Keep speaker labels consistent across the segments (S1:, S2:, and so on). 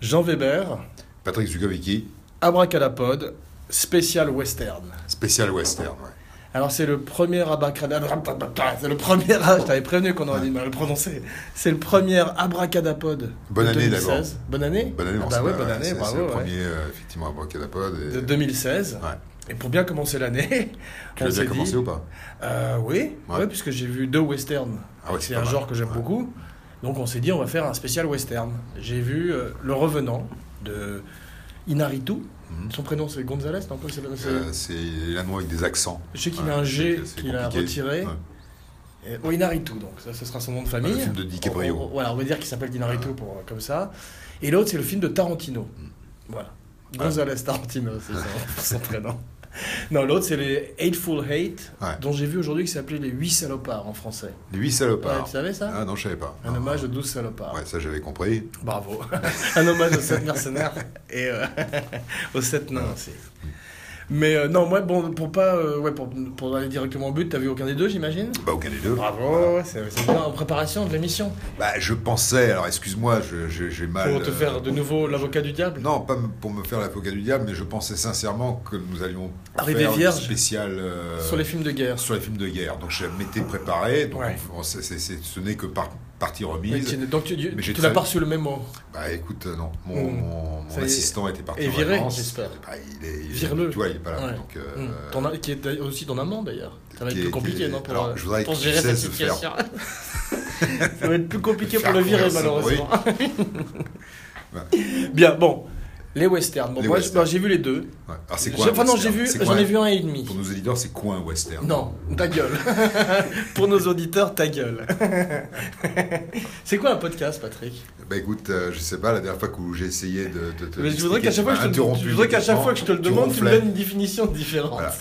S1: Jean Weber,
S2: Patrick Zukovicki,
S1: Abracadapod, spécial western.
S2: spécial western. ouais.
S1: Alors c'est le premier abracadapod, c'est le premier, je t'avais prévenu qu'on aurait du mal à le prononcer, c'est le premier abracadapod
S2: Bonne
S1: de
S2: année,
S1: 2016. Bonne année
S2: Bonne année,
S1: Ah
S2: mon
S1: bah ouais,
S2: Sylvain,
S1: bonne
S2: ouais,
S1: année,
S2: c'est-
S1: bravo.
S2: C'est le
S1: ouais.
S2: premier, euh, effectivement, à Brocadapod. Et...
S1: De 2016.
S2: Ouais.
S1: Et pour bien commencer l'année,
S2: Tu
S1: on
S2: l'as déjà
S1: s'est
S2: commencé
S1: dit,
S2: ou pas
S1: euh, oui,
S2: Ouais.
S1: ouais, puisque j'ai vu deux westerns.
S2: Ah ouais,
S1: c'est
S2: pas
S1: un
S2: mal.
S1: genre que j'aime
S2: Ouais.
S1: beaucoup. Donc on s'est dit, on va faire un spécial western. J'ai vu euh, Le Revenant de Inaritu.
S2: Mhm.
S1: Son prénom c'est Gonzalez, non c'est- c'est-
S2: Euh, C'est l'anois avec des accents.
S1: Je sais qu'il
S2: Ouais,
S1: a un G
S2: c'est- c'est
S1: qu'il a
S2: compliqué.
S1: retiré.
S2: Ouais.
S1: Et- oh, Inaritu, donc ça, ce sera son nom de famille.
S2: Le film de Ah. DiCaprio.
S1: On- on- voilà, on va dire qu'il s'appelle Inaritu pour, euh, comme ça. Et l'autre, c'est le film de Tarantino.
S2: Mhm.
S1: Voilà.
S2: Ah.
S1: Gonzalez Tarantino, c'est son, son prénom. Non, l'autre, c'est les Hateful Hate,
S2: Ouais.
S1: dont j'ai vu aujourd'hui que s'appelait Les 8 salopards en français.
S2: Les huit
S1: Ouais,
S2: salopards.
S1: tu savais ça
S2: Ah non, je savais pas.
S1: Un
S2: Non.
S1: hommage aux 12 salopards.
S2: Ouais, ça j'avais compris.
S1: Bravo. un hommage aux sept mercenaires et euh, aux sept nains aussi. Mais euh, non, moi, bon, pour pas, euh, ouais, pour, pour aller directement au but, t'as vu aucun des deux, j'imagine
S2: Bah, aucun des deux.
S1: Bravo, ouais, c'est c'est bien en préparation de l'émission.
S2: Bah, je pensais, alors excuse-moi, je- je- j'ai mal.
S1: Pour te
S2: euh,
S1: faire de nouveau l'avocat du diable
S2: Non, pas m- pour me faire l'avocat du diable, mais je pensais sincèrement que nous allions
S1: Arriver
S2: faire
S1: vierge.
S2: une spéciale euh,
S1: Sur les films de guerre.
S2: sur les films de guerre. Donc je m'étais préparé, donc
S1: Ouais.
S2: on- on- c'est- c'est- c'est- ce n'est que par- partie
S1: Mais
S2: remise.
S1: tu- Donc tu, tu-
S2: Mais j'ai
S1: tu n'as
S2: très-
S1: pas reçu le mémo.
S2: Bah écoute, euh, non, mon,
S1: Mm.
S2: mon- mon
S1: Ça y est.
S2: assistant était parti
S1: Et
S2: en
S1: viré,
S2: vacances.
S1: j'espère.
S2: Bah, il est, il est-
S1: Vire-le.
S2: Tu vois, il est pas là.
S1: Ouais.
S2: Donc, euh,
S1: Mm. Ton a- qui est d'ailleurs aussi ton amant d'ailleurs. Ça va être
S2: qui
S1: plus
S2: est-
S1: compliqué,
S2: qui est-
S1: non pour,
S2: alors,
S1: euh,
S2: je voudrais
S1: pour
S2: que tu
S1: gérer cette
S2: cesses de faire-
S1: situation. Ça va être plus compliqué pour
S2: Faire
S1: le virer
S2: courir ce
S1: malheureusement. Bien, bon. Les westerns. Bon,
S2: Les
S1: moi, je-
S2: westerns.
S1: bah, j'ai vu les deux.
S2: ouais. Alors c'est
S1: J'ai-
S2: quoi un
S1: Enfin non, j'ai
S2: western
S1: vu,
S2: C'est
S1: j'en
S2: quoi
S1: ai
S2: un-
S1: vu un et demi.
S2: Pour nos éditeurs, c'est quoi un western
S1: Non, ta gueule. Pour nos auditeurs, ta gueule. c'est quoi un podcast, Patrick
S2: Bah écoute, euh, je sais pas, la dernière fois que j'ai essayé de, de te.
S1: Mais je voudrais
S2: l'expliquer,
S1: qu'à chaque, fois
S2: tu
S1: que je
S2: m'as
S1: te-
S2: interrompu
S1: je voudrais qu'à chaque
S2: complètement,
S1: fois que je te le
S2: tu
S1: demande, tu me
S2: ronflais.
S1: donnes une définition différente.
S2: Voilà.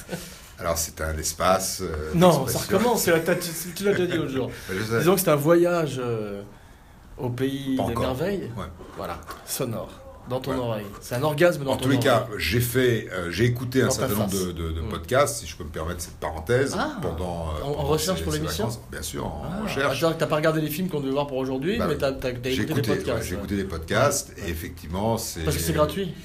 S2: Alors c'est un espace. euh,
S1: Non, ça
S2: d'expression.
S1: recommence, c'est la tête- tu- tu l'as déjà dit l'autre jour.
S2: Bah, je sais.
S1: Disons que c'est un voyage euh, au pays
S2: Pas
S1: des
S2: encore.
S1: merveilles.
S2: Ouais.
S1: Voilà, sonore, dans ton
S2: Ouais.
S1: oreille. C'est un orgasme dans
S2: En
S1: ton
S2: tous les
S1: oreille.
S2: cas, j'ai fait, euh, j'ai écouté un
S1: Dans ta
S2: certain nombre
S1: face.
S2: de, de- de
S1: Mm.
S2: podcasts, si je peux me permettre cette parenthèse,
S1: Ah.
S2: pendant, euh,
S1: En- en
S2: pendant
S1: recherche pour
S2: ces
S1: l'émission
S2: vacances. Bien sûr, en
S1: Ah,
S2: recherche.
S1: c'est-à-dire que t'as pas regardé les films qu'on devait voir pour aujourd'hui,
S2: Bah
S1: mais
S2: oui.
S1: t'as, t'as- t'as
S2: J'ai
S1: écouté,
S2: écouté,
S1: des podcasts.
S2: ouais, j'ai
S1: ouais.
S2: écouté des podcasts et effectivement c'est
S1: Parce que c'est gratuit.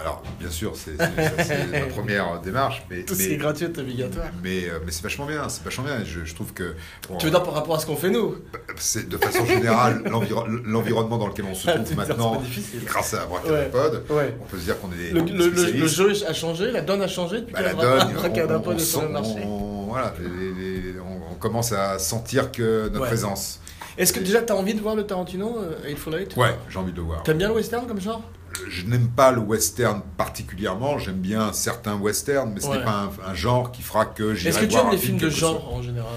S2: Alors bien sûr, c'est c'est- ça, c'est ma première démarche, mais
S1: Tout ce qui est
S2: mais,
S1: gratuit est obligatoire.
S2: mais, euh, mais c'est vachement bien, c'est vachement bien. Je, je trouve que bon,
S1: Tu veux dire par rapport à ce qu'on fait nous
S2: c'est de façon générale l'enviro- l'environnement dans lequel on se
S1: Ah,
S2: trouve
S1: putain, c'est
S2: maintenant,
S1: pas difficile.
S2: grâce à Abracadapod,
S1: Ouais.
S2: on peut se dire qu'on est des
S1: Le, le- le-
S2: spécialistes.
S1: le jeu a changé, la donne a changé depuis
S2: Bah,
S1: qu'il y
S2: la
S1: a
S2: donne,
S1: Abracadabra
S2: on, on
S1: est sur le
S2: sent-
S1: marché.
S2: on- voilà, les- les- les- on- on commence à sentir que notre
S1: Ouais.
S2: présence.
S1: Est-ce que déjà t'as envie de voir le Tarantino, euh, Hateful Eight
S2: Ouais, j'ai envie de le voir.
S1: T'aimes bien le western comme genre
S2: Je n'aime pas le western particulièrement, j'aime bien certains westerns, mais ce
S1: Ouais.
S2: n'est pas un, un genre qui fera que j'irai
S1: Est-ce que tu
S2: voir
S1: aimes
S2: un
S1: les
S2: film
S1: films de
S2: quel que
S1: genre en général
S2: soit.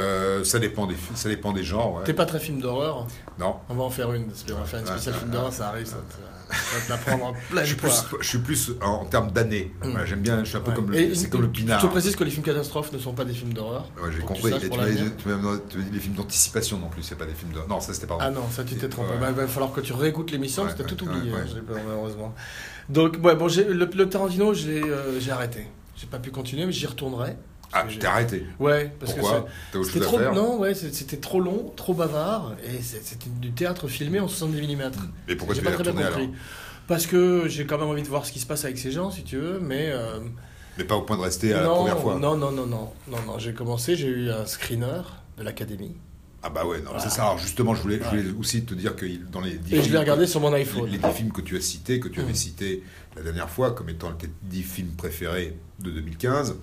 S2: Euh, ça, dépend des, fi- ça dépend des genres, ouais.
S1: T'es pas très film d'horreur
S2: Non.
S1: On va en faire une, parce qu'on va faire une spéciale film d'horreur, ça arrive, ça te- ça va te la prendre en pleine
S2: Je suis,
S1: poire.
S2: plus, je suis plus en, en termes d'années.
S1: Mm.
S2: Voilà, j'aime bien, je suis un peu
S1: Ouais.
S2: comme le,
S1: Et
S2: c'est comme le pinard.
S1: Je te précise que les films catastrophes ne sont pas des films d'horreur.
S2: Ouais, j'ai
S1: Pour que tu
S2: compris.
S1: saches
S2: Et
S1: pour
S2: tu m'as dit-
S1: l'avenir.
S2: tu m'as tu m'as dit les films d'anticipation non plus, c'est pas des films de. Non, ça c'était pas.
S1: Ah non, ça tu t'es trompé.
S2: Oh. Ouais.
S1: Il va falloir que tu réécoutes l'émission
S2: Ouais,
S1: parce que t'as
S2: ouais,
S1: tout oublié, hein,
S2: ouais, ouais.
S1: j'ai peur, malheureusement. Donc, ouais, bon, j'ai- le, le Tarantino, j'ai euh, j'ai arrêté. J'ai pas pu continuer, mais j'y retournerai.
S2: Ah,
S1: que j'ai-
S2: t'es arrêté.
S1: Ouais, parce
S2: Pourquoi
S1: que
S2: T'as autre
S1: c'est- c'était
S2: chose à
S1: trop,
S2: faire
S1: non, ouais, c'est- c'était trop long, trop bavard, et c'est- c'était du théâtre filmé en 70 mm.
S2: Mais pourquoi
S1: j'ai
S2: tu
S1: pas
S2: vas y
S1: très bien
S2: retourner
S1: compris.
S2: alors
S1: Parce que j'ai quand même envie de voir ce qui se passe avec ces gens, si tu veux, mais. euh,
S2: Mais pas au point de rester à la
S1: non,
S2: première fois.
S1: non, non, non, non, non, non, j'ai commencé, j'ai eu un screener de l'académie,
S2: Ah bah ouais, non,
S1: Voilà.
S2: c'est ça. Alors justement, je voulais, je voulais aussi te dire que il- dans les dix
S1: et je l'ai
S2: films que-
S1: regardé sur mon
S2: les-
S1: iPhone.
S2: les dix films que tu as cités, que tu
S1: Mm.
S2: avais cités la dernière fois comme étant tes dix films préférés de 2015,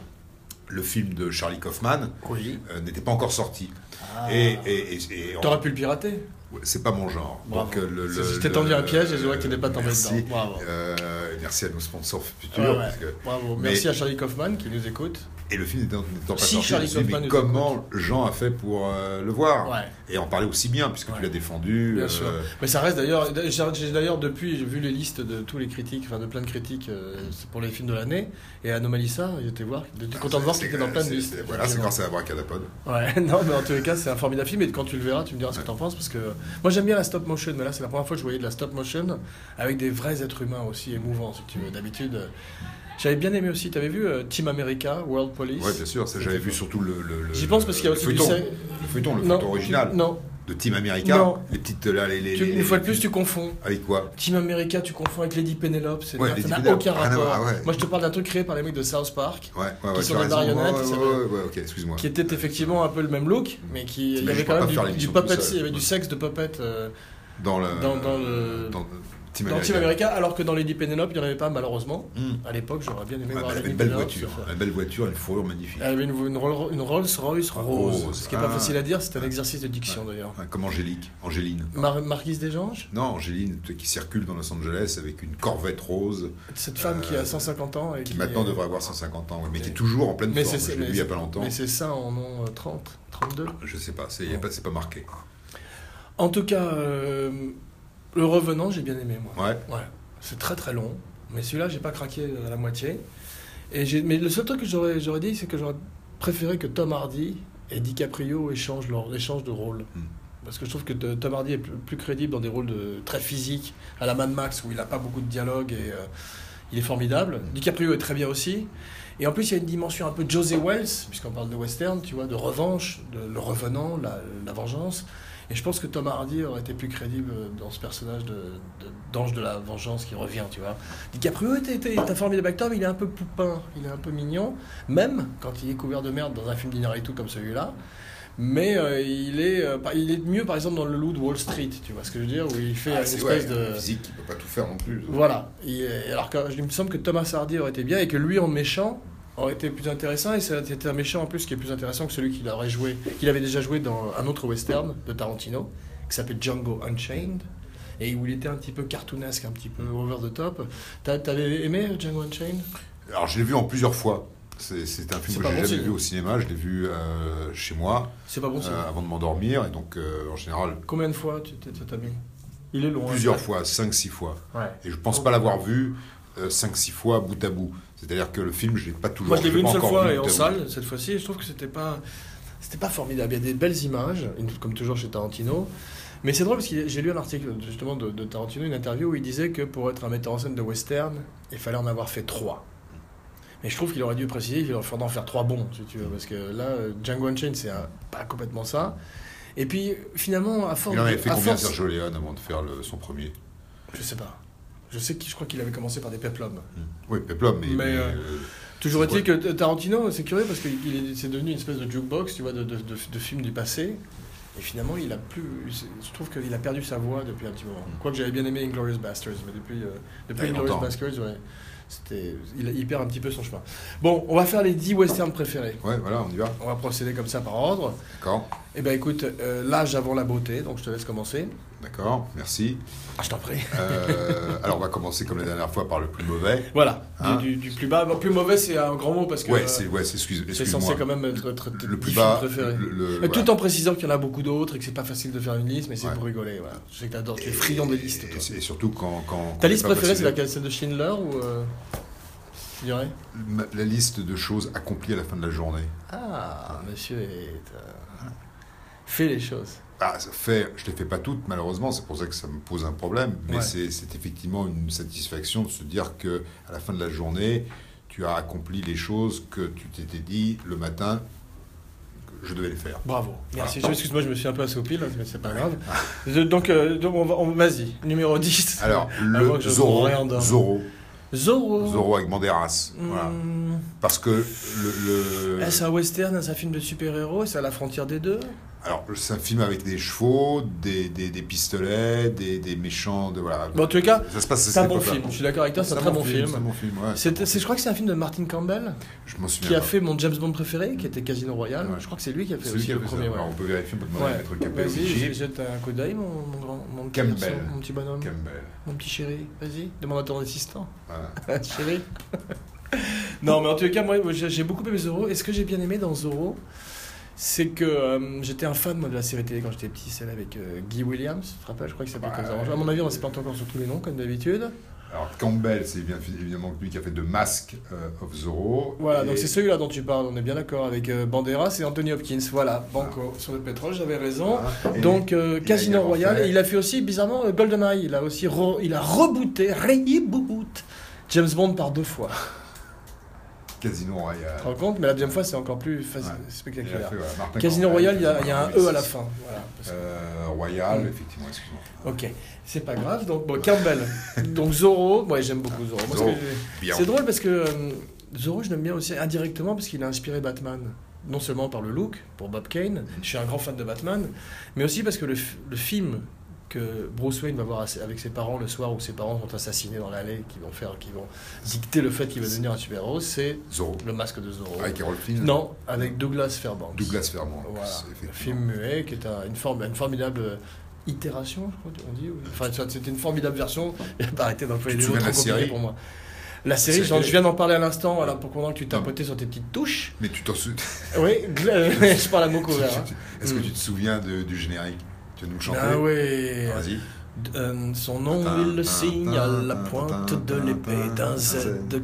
S2: le film de Charlie Kaufman
S1: Oui.
S2: euh, n'était pas encore sorti.
S1: Ah.
S2: Et, et- et- et- en-
S1: T'aurais pu le pirater
S2: ouais, c'est pas mon genre.
S1: Bravo.
S2: Donc, euh, le,
S1: C'est-
S2: le-
S1: je t'ai
S2: le-
S1: tendu un piège et je vois que tu n'es pas tombé
S2: merci.
S1: dedans. Bravo.
S2: Euh, merci à nos sponsors futurs.
S1: Ouais, ouais.
S2: parce que-
S1: Bravo.
S2: mais-
S1: Merci à Charlie Kaufman qui nous écoute.
S2: Et le film n'étant n'étant pas
S1: Si
S2: sorti, je me
S1: Charlie
S2: suis dit,
S1: Kaufman
S2: mais
S1: nous
S2: comment Jean a fait pour euh, le voir
S1: Ouais.
S2: Et en parler aussi bien, puisque
S1: Ouais.
S2: tu l'as défendu.
S1: Bien
S2: euh,
S1: sûr. Mais ça reste d'ailleurs. j'ai- J'ai d'ailleurs depuis j'ai vu les listes de tous les critiques, enfin de plein de critiques euh, c'est pour les films de l'année. Et Anomalisa, j'étais voir, j'étais content de voir
S2: c'est-
S1: qu'il était dans plein de
S2: c'est-
S1: listes.
S2: c'est- Voilà, c'est grâce à Abracadapod.
S1: Ouais, non, mais en tous les cas, c'est un formidable film. Et quand tu le verras, tu me diras ce que t'en penses. Parce que moi, j'aime bien la stop motion. Mais là, c'est la première fois que je voyais de la stop motion avec des vrais êtres humains aussi émouvants, si tu veux. D'habitude, euh, j'avais bien aimé aussi. T'avais vu euh, Team America, World Police
S2: Ouais, bien sûr. ça, J'avais vu surtout le. le- le-
S1: J'y pense parce qu'il y a
S2: le
S1: aussi du
S2: feuilleton.
S1: sel-
S2: Le feuilleton, le feuilleton original.
S1: Non.
S2: De de Team America.
S1: Non.
S2: Les petites là, les. les-
S1: Tu-
S2: les-
S1: une fois de
S2: les-
S1: plus, tu confonds.
S2: Avec quoi
S1: Team America, tu confonds avec Lady Penelope, c'est
S2: Ouais,
S1: ça
S2: Lady
S1: n'a
S2: Penelope,
S1: aucun
S2: rien à
S1: rapport.
S2: voir, ouais.
S1: Moi, je te parle d'un truc créé par les mecs de South Park,
S2: Ouais, ouais, ouais.
S1: Qui
S2: tu
S1: sont
S2: as
S1: des
S2: raison.
S1: marionnettes,
S2: Ouais,
S1: qui
S2: ouais,
S1: s'appellent-
S2: ouais, ouais, ok, excuse-moi.
S1: qui était effectivement un peu le même look, mais qui il y avait
S2: T'imagines, on
S1: quand
S2: va
S1: même
S2: pas faire
S1: du, du
S2: l'émission
S1: puppet,
S2: tout seul.
S1: il y avait du sexe de puppet euh,
S2: Dans le.
S1: dans, dans le
S2: Dans Team
S1: dans Team
S2: America.
S1: America, alors que dans Lady Penelope, il n'y en avait pas malheureusement.
S2: Hmm.
S1: À l'époque, j'aurais bien aimé
S2: Ouais, bah,
S1: voir
S2: elle avait
S1: Lady
S2: une belle
S1: Penelope
S2: voiture,
S1: se faire.
S2: une belle voiture, une fourrure magnifique.
S1: Elle avait une, une Roll- une Rolls-Royce rose,
S2: Rose,
S1: ce qui n'est pas
S2: ah.
S1: facile à dire, c'est un exercice de diction d'ailleurs.
S2: Enfin, Comme Angélique, Angéline.
S1: Mar- Marquise Desganges,
S2: Non, Angéline tu- qui circule dans Los Angeles avec une Corvette rose,
S1: cette femme qui a
S2: Euh,
S1: 150 ans et
S2: qui
S1: qui
S2: maintenant devrait avoir 150 ans, ouais, mais qui
S1: Mais-
S2: est toujours en pleine
S1: mais
S2: forme.
S1: c'est-
S2: Je l'ai
S1: mais
S2: vu il n'y a
S1: c'est-
S2: pas longtemps.
S1: Mais c'est ça en ont euh, 30, 32.
S2: Je sais pas, c'est y a pas, c'est pas marqué.
S1: En tout cas, euh, le revenant, j'ai bien aimé moi.
S2: Ouais.
S1: Ouais, c'est très très long. Mais celui-là, j'ai pas craqué à la moitié. Et j'ai- mais le seul truc que j'aurais, j'aurais dit, c'est que j'aurais préféré que Tom Hardy et DiCaprio échangent, leur, échangent de rôle.
S2: Hmm.
S1: Parce que je trouve que de- Tom Hardy est plus, plus crédible dans des rôles de, très physiques, à la Mad Max, où il n'a pas beaucoup de dialogue et euh, il est formidable.
S2: Mm.
S1: DiCaprio est très bien aussi. Et en plus, il y a une dimension un peu José Wells, puisqu'on parle de western, tu vois, de revanche, de, le revenant, la, la vengeance. Et je pense que Tom Hardy aurait été plus crédible dans ce personnage de, de- d'ange de la vengeance qui revient, tu vois. DiCaprio était, était un formidable acteur, mais il est un peu poupin, il est un peu mignon, même quand il est couvert de merde dans un film tout comme celui-là. Mais euh, il, est, euh, par- il est mieux, par exemple, dans Le Loup de Wall Street, tu vois ce que je veux dire, où il fait
S2: Ah,
S1: une
S2: c'est-
S1: espèce
S2: ouais,
S1: de...
S2: physique, il peut pas tout faire non plus.
S1: Voilà. Et, euh, alors que il me semble que Thomas Hardy aurait été bien et que lui en méchant aurait été plus intéressant et c'était un méchant en plus qui est plus intéressant que celui qu'il aurait joué, qu'il avait déjà joué dans un autre western de Tarantino qui s'appelle Django Unchained et où il était un petit peu cartoonesque, un petit peu over the top. T'a- T'avais aimé Django Unchained
S2: Alors je l'ai vu en plusieurs fois. C'est c'est un
S1: C'est
S2: film que
S1: pas
S2: j'ai
S1: bon
S2: jamais
S1: signe.
S2: vu au cinéma. Je l'ai vu euh, chez moi
S1: C'est pas bon ça.
S2: euh, avant de m'endormir. Et donc euh, en général,
S1: Combien de fois tu t'es- t'as mis Il est long. hein,
S2: plusieurs
S1: ça.
S2: fois, 5-6 fois.
S1: Ouais.
S2: Et je pense pas l'avoir vu 5-6 fois bout à bout. C'est-à-dire que le film, je l'ai pas toujours
S1: Moi, je l'ai vu
S2: l'ai
S1: une
S2: pas
S1: seule
S2: encore
S1: fois
S2: vu
S1: et en
S2: bout à bout.
S1: salle cette fois-ci. et Je trouve que c'était pas, c'était pas formidable. Il y a des belles images, une- comme toujours chez Tarantino. Mais c'est drôle parce que j'ai lu un article justement de, de Tarantino, une interview où il disait que pour être un metteur en scène de western, il fallait en avoir fait trois. Mais je trouve qu'il aurait dû préciser qu'il aurait fallu en faire trois bons, si tu veux, parce que là, euh, Django Unchained, c'est un- pas complètement ça. Et puis finalement, à force,
S2: Il en avait
S1: de-
S2: fait
S1: à
S2: combien
S1: force-
S2: Sergio Leone avant de faire le- son premier
S1: je sais pas. Je sais que je crois qu'il avait commencé par des peplums.
S2: Hmm. Oui, Peplum, mais.
S1: Mais,
S2: mais,
S1: euh,
S2: euh,
S1: Toujours
S2: C'est
S1: est-il que Tarantino, c'est curieux parce que il est- c'est devenu une espèce de jukebox, tu vois, de, de, de, de films du passé. Et finalement, il a plus. Je trouve qu'il a perdu sa voix depuis un petit moment.
S2: Mm.
S1: Quoique j'avais bien aimé Inglorious Bastards, mais depuis, euh, depuis
S2: Ah, il
S1: Inglorious
S2: entend.
S1: Bastards, ouais, c'était, il, il perd un petit peu son chemin. Bon, on va faire les 10 westerns préférés.
S2: Ouais, voilà, on y va.
S1: On va procéder comme ça par ordre.
S2: D'accord,
S1: Eh ben écoute, euh, l'âge avant la beauté, donc je te laisse commencer.
S2: d'accord, merci.
S1: Ah, je t'en prie.
S2: Euh, alors, on va commencer comme la dernière fois par le plus mauvais.
S1: Voilà, du-
S2: Hein
S1: du, du plus bas. Bon, plus mauvais, c'est un grand mot parce que
S2: Ouais,
S1: euh,
S2: c'est ouais, c'est- excuse,
S1: c'est
S2: excuse
S1: censé
S2: moi
S1: quand même être, être tes
S2: le
S1: 10
S2: plus
S1: films
S2: bas.
S1: préférés.
S2: le- le-
S1: Mais
S2: voilà.
S1: Tout en précisant qu'il y en a beaucoup d'autres et que c'est pas facile de faire une liste, mais c'est
S2: Euh, Ouais.
S1: pour rigoler. Voilà. Je sais que t'adores, tu es
S2: Et-
S1: friand de listes.
S2: et-
S1: toi.
S2: Et, surtout quand. quand
S1: Ta
S2: quand
S1: liste
S2: on est pas
S1: préférée, c'est
S2: passé-
S1: laquelle Celle de Schindler ou. euh, Tu dirais
S2: ma- La liste de choses accomplies à la fin de la journée.
S1: Ah, monsieur est. euh, Fait les choses.
S2: Ah, ça fait, je ne les fais pas toutes, malheureusement, c'est pour ça que ça me pose un problème, mais
S1: Ouais.
S2: c'est c'est effectivement une satisfaction de se dire que à la fin de la journée, tu as accompli les choses que tu t'étais dit le matin que je devais les faire.
S1: Bravo. Merci.
S2: Ah,
S1: Je- Excuse-moi, je me suis un peu assoupi, là, mais c'est pas grave. Je- donc, euh, donc, on va- on- vas-y. Numéro 10.
S2: Alors,
S1: Avant
S2: le
S1: que je
S2: Zorro,
S1: me rendorme.
S2: Zorro,
S1: Zorro.
S2: Zorro avec Banderas,
S1: Hmm.
S2: voilà. Euh, parce que le... le-
S1: Eh, C'est un western, c'est un film de super-héros, c'est à la frontière des deux.
S2: alors, c'est un film avec des chevaux, des, des, des pistolets, des, des méchants, de, voilà.
S1: Bon, en tout cas,
S2: ça se passe,
S1: c'est un bon film. Je suis d'accord avec toi, c'est un très bon
S2: C'est un
S1: film.
S2: bon film, ouais.
S1: C'était- c'est- Je crois que c'est un film de Martin Campbell.
S2: Je m'en souviens
S1: qui a
S2: pas.
S1: fait mon James Bond préféré, qui était Casino Royale.
S2: Ouais.
S1: Je crois que c'est lui qui a fait
S2: C'est
S1: aussi
S2: lui qui a
S1: le
S2: fait ça.
S1: premier. ouais.
S2: Alors, on peut vérifier, on peut demander
S1: Ouais.
S2: à Maître Capello
S1: Vas-y,
S2: Gigi.
S1: je- jette un coup d'œil, mon, mon grand, mon petit
S2: Campbell.
S1: garçon, mon petit bonhomme,
S2: Campbell.
S1: mon petit chéri. Vas-y, demande à ton assistant.
S2: Voilà.
S1: chéri. non, mais en tout cas, moi, j'ai j'ai beaucoup aimé Zorro. Et ce que j'ai bien aimé dans Zorro, c'est que euh, j'étais un fan moi, de la série télé quand j'étais petit, celle avec euh, Guy Williams, je, rappelle, je crois qu'il s'appelle comme ça.
S2: Ouais.
S1: À mon avis, on ne s'est pas encore sur tous les noms, comme d'habitude.
S2: Alors Campbell, c'est bien évidemment lui qui a fait de Mask euh, of Zorro.
S1: Voilà,
S2: Et
S1: donc c'est celui-là dont tu parles, on est bien d'accord, avec euh, Banderas et Anthony Hopkins. Voilà, Banco, sur le pétrole, j'avais raison.
S2: voilà. Et
S1: Donc euh,
S2: il a
S1: Casino
S2: également
S1: Royale,
S2: fait-
S1: et il a fait aussi bizarrement euh, GoldenEye, il a aussi re- il a rebooté, reboot James Bond par deux fois.
S2: Casino Royal.
S1: Tu te rends compte Mais la deuxième fois, c'est encore plus faci-
S2: Ouais. Il a
S1: spectaculaire.
S2: fait, voilà, Martin
S1: Casino
S2: Corneille,
S1: Royal, il y, a- il y a un
S2: Casino
S1: E à la
S2: Royal.
S1: fin. Voilà, parce que-
S2: Euh, Royal, effectivement, excuse-moi.
S1: Ok, c'est pas grave. Donc, bon, Campbell. Donc, Zorro. Moi, j'aime beaucoup Zorro. Moi, ce que
S2: Zorro.
S1: j'ai-
S2: Bien.
S1: C'est drôle parce que euh, Zorro, je l'aime bien aussi indirectement parce qu'il a inspiré Batman. Non seulement par le look, pour Bob Kane, je suis un grand fan de Batman, mais aussi parce que le, f- le film que Bruce Wayne va voir à ses- avec ses parents le soir où ses parents sont assassinés dans l'allée, qui vont faire, qui vont dicter le fait qu'il va devenir un super-héros, c'est
S2: Zorro.
S1: Le Masque de Zorro.
S2: Ah, Avec Harold Flynn. euh,
S1: Non, avec Douglas Fairbanks.
S2: Douglas Fairbanks,
S1: Voilà,
S2: effectivement.
S1: le film muet qui est un- une, forme, une formidable euh, itération, je crois on dit. ou- Enfin, ça, c'était une formidable version. J'ai pas arrêté d'employer
S2: Tu te
S1: les mots trop
S2: souviens de la
S1: compliqués
S2: série
S1: pour moi. La série,
S2: série
S1: j'en-
S2: télé.
S1: je viens d'en parler à l'instant, voilà, pour pendant que tu tapotais sur tes petites touches.
S2: Mais tu t'en souviens
S1: Oui, gla- je parle à mot couvert. hein.
S2: Est-ce que
S1: Mm.
S2: tu te souviens de- du générique Tu vas nous le chanter
S1: Ah oui.
S2: Vas-y.
S1: Euh, son nom, il le signe à la pointe de l'épée d'un Z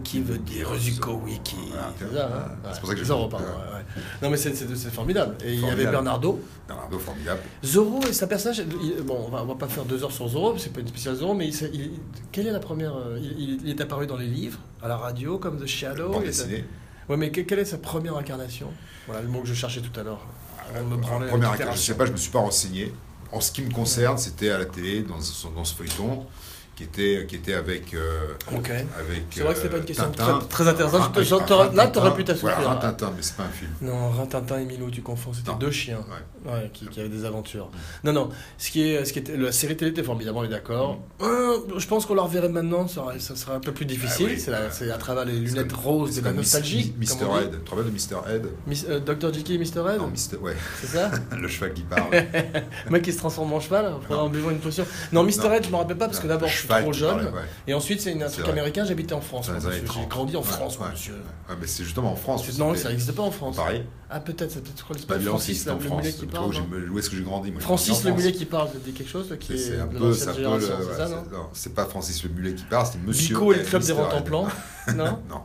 S1: qui veut dire Zuko Wiki.
S2: Voilà.
S1: C'est ça, hein
S2: C'est
S1: Ouais,
S2: pour ça que j'ai-
S1: Zorro, pardon,
S2: Ouais.
S1: ouais, ouais. Non, mais c'est c'est- c'est formidable. Et il y avait
S2: Formidable.
S1: Bernardo.
S2: Bernardo, formidable.
S1: Zorro et sa personnage. il- bon, on va, on va pas faire deux heures sur Zorro, c'est pas une spéciale Zorro, mais il, s'est- il- quelle est la première euh, il, il- il est apparu dans les livres, à la radio, comme The Shadow.
S2: Bande
S1: il est-
S2: dessinée.
S1: Ouais, mais que- quelle est sa première incarnation Voilà le mot que je cherchais tout à l'heure. On me prend la-
S2: Première
S1: l'itération.
S2: incarnation, je sais pas, je me suis pas renseigné. En ce qui me concerne, c'était à la télé, dans, ce- dans ce feuilleton, qui était, qui était avec. euh,
S1: Ok.
S2: avec
S1: C'est vrai que c'est
S2: euh,
S1: pas une question
S2: Tintin.
S1: très- très intéressante.
S2: Rin-
S1: Je te-
S2: Rin-
S1: t'aurais- là,
S2: Rin-
S1: t'aurais
S2: Tintin.
S1: pu hein. t'assoupir.
S2: Voilà, Rin- Tintin, mais c'est pas un film.
S1: Non, Rintintin et Milou, tu confonds, c'était
S2: Non.
S1: deux chiens
S2: Ouais.
S1: ouais, qui, qui avaient des aventures. Non, non, ce qui est, ce qui était, la série télé était formidable, on est d'accord.
S2: Mm.
S1: Euh, je pense qu'on la reverrait maintenant, ça, aurait- ça serait un peu plus difficile.
S2: Ah oui.
S1: c'est la- c'est à travers les
S2: C'est
S1: lunettes
S2: comme-
S1: roses
S2: c'est
S1: de la
S2: comme Miss-
S1: nostalgie.
S2: Miss-
S1: comme on dit.
S2: Mr.
S1: Ah.
S2: Head. Tu te rappelles de Mr. Head
S1: Miss- euh, Dr. Jekyll et Mr. Ed,
S2: Non, Mr. Ouais,
S1: c'est ça
S2: le cheval qui parle.
S1: Le mec qui se transforme en cheval en prenant- en buvant une potion. Non, Mr.
S2: Non.
S1: Ed, je me rappelle pas parce que
S2: Le
S1: d'abord je suis
S2: cheval
S1: trop
S2: qui
S1: jeune.
S2: parlait, ouais.
S1: Et ensuite, c'est une- un
S2: C'est
S1: truc
S2: vrai.
S1: américain, j'habitais en France.
S2: Dans les
S1: moi,
S2: années
S1: monsieur.
S2: 30.
S1: J'ai grandi en
S2: Ouais,
S1: France, moi,
S2: ouais.
S1: monsieur.
S2: Ouais, mais c'est justement en France.
S1: C'est-
S2: où
S1: Non,
S2: c'était-
S1: ça n'existe pas en France.
S2: Pareil.
S1: Ah, peut-être, c'est peut-être quoi le
S2: Babylone,
S1: Francis,
S2: c'est
S1: là,
S2: Bah, en
S1: le
S2: France.
S1: mulet qui
S2: Tu vois
S1: parle.
S2: où j'ai-
S1: non
S2: Où est-ce que j'ai grandi moi, j'ai
S1: Francis
S2: grandi
S1: le
S2: en
S1: mulet
S2: France.
S1: qui parle, ça te dit quelque chose toi, qui est,
S2: C'est c'est un
S1: de
S2: peu, c'est
S1: l'ancienne
S2: un peu le-
S1: génération, c'est
S2: ouais,
S1: ça, non
S2: c'est- non, c'est pas Francis le mulet qui parle, c'est Monsieur.
S1: Bico et le
S2: M.
S1: club des
S2: Mr. Ed.
S1: Rotenplans Non
S2: Non,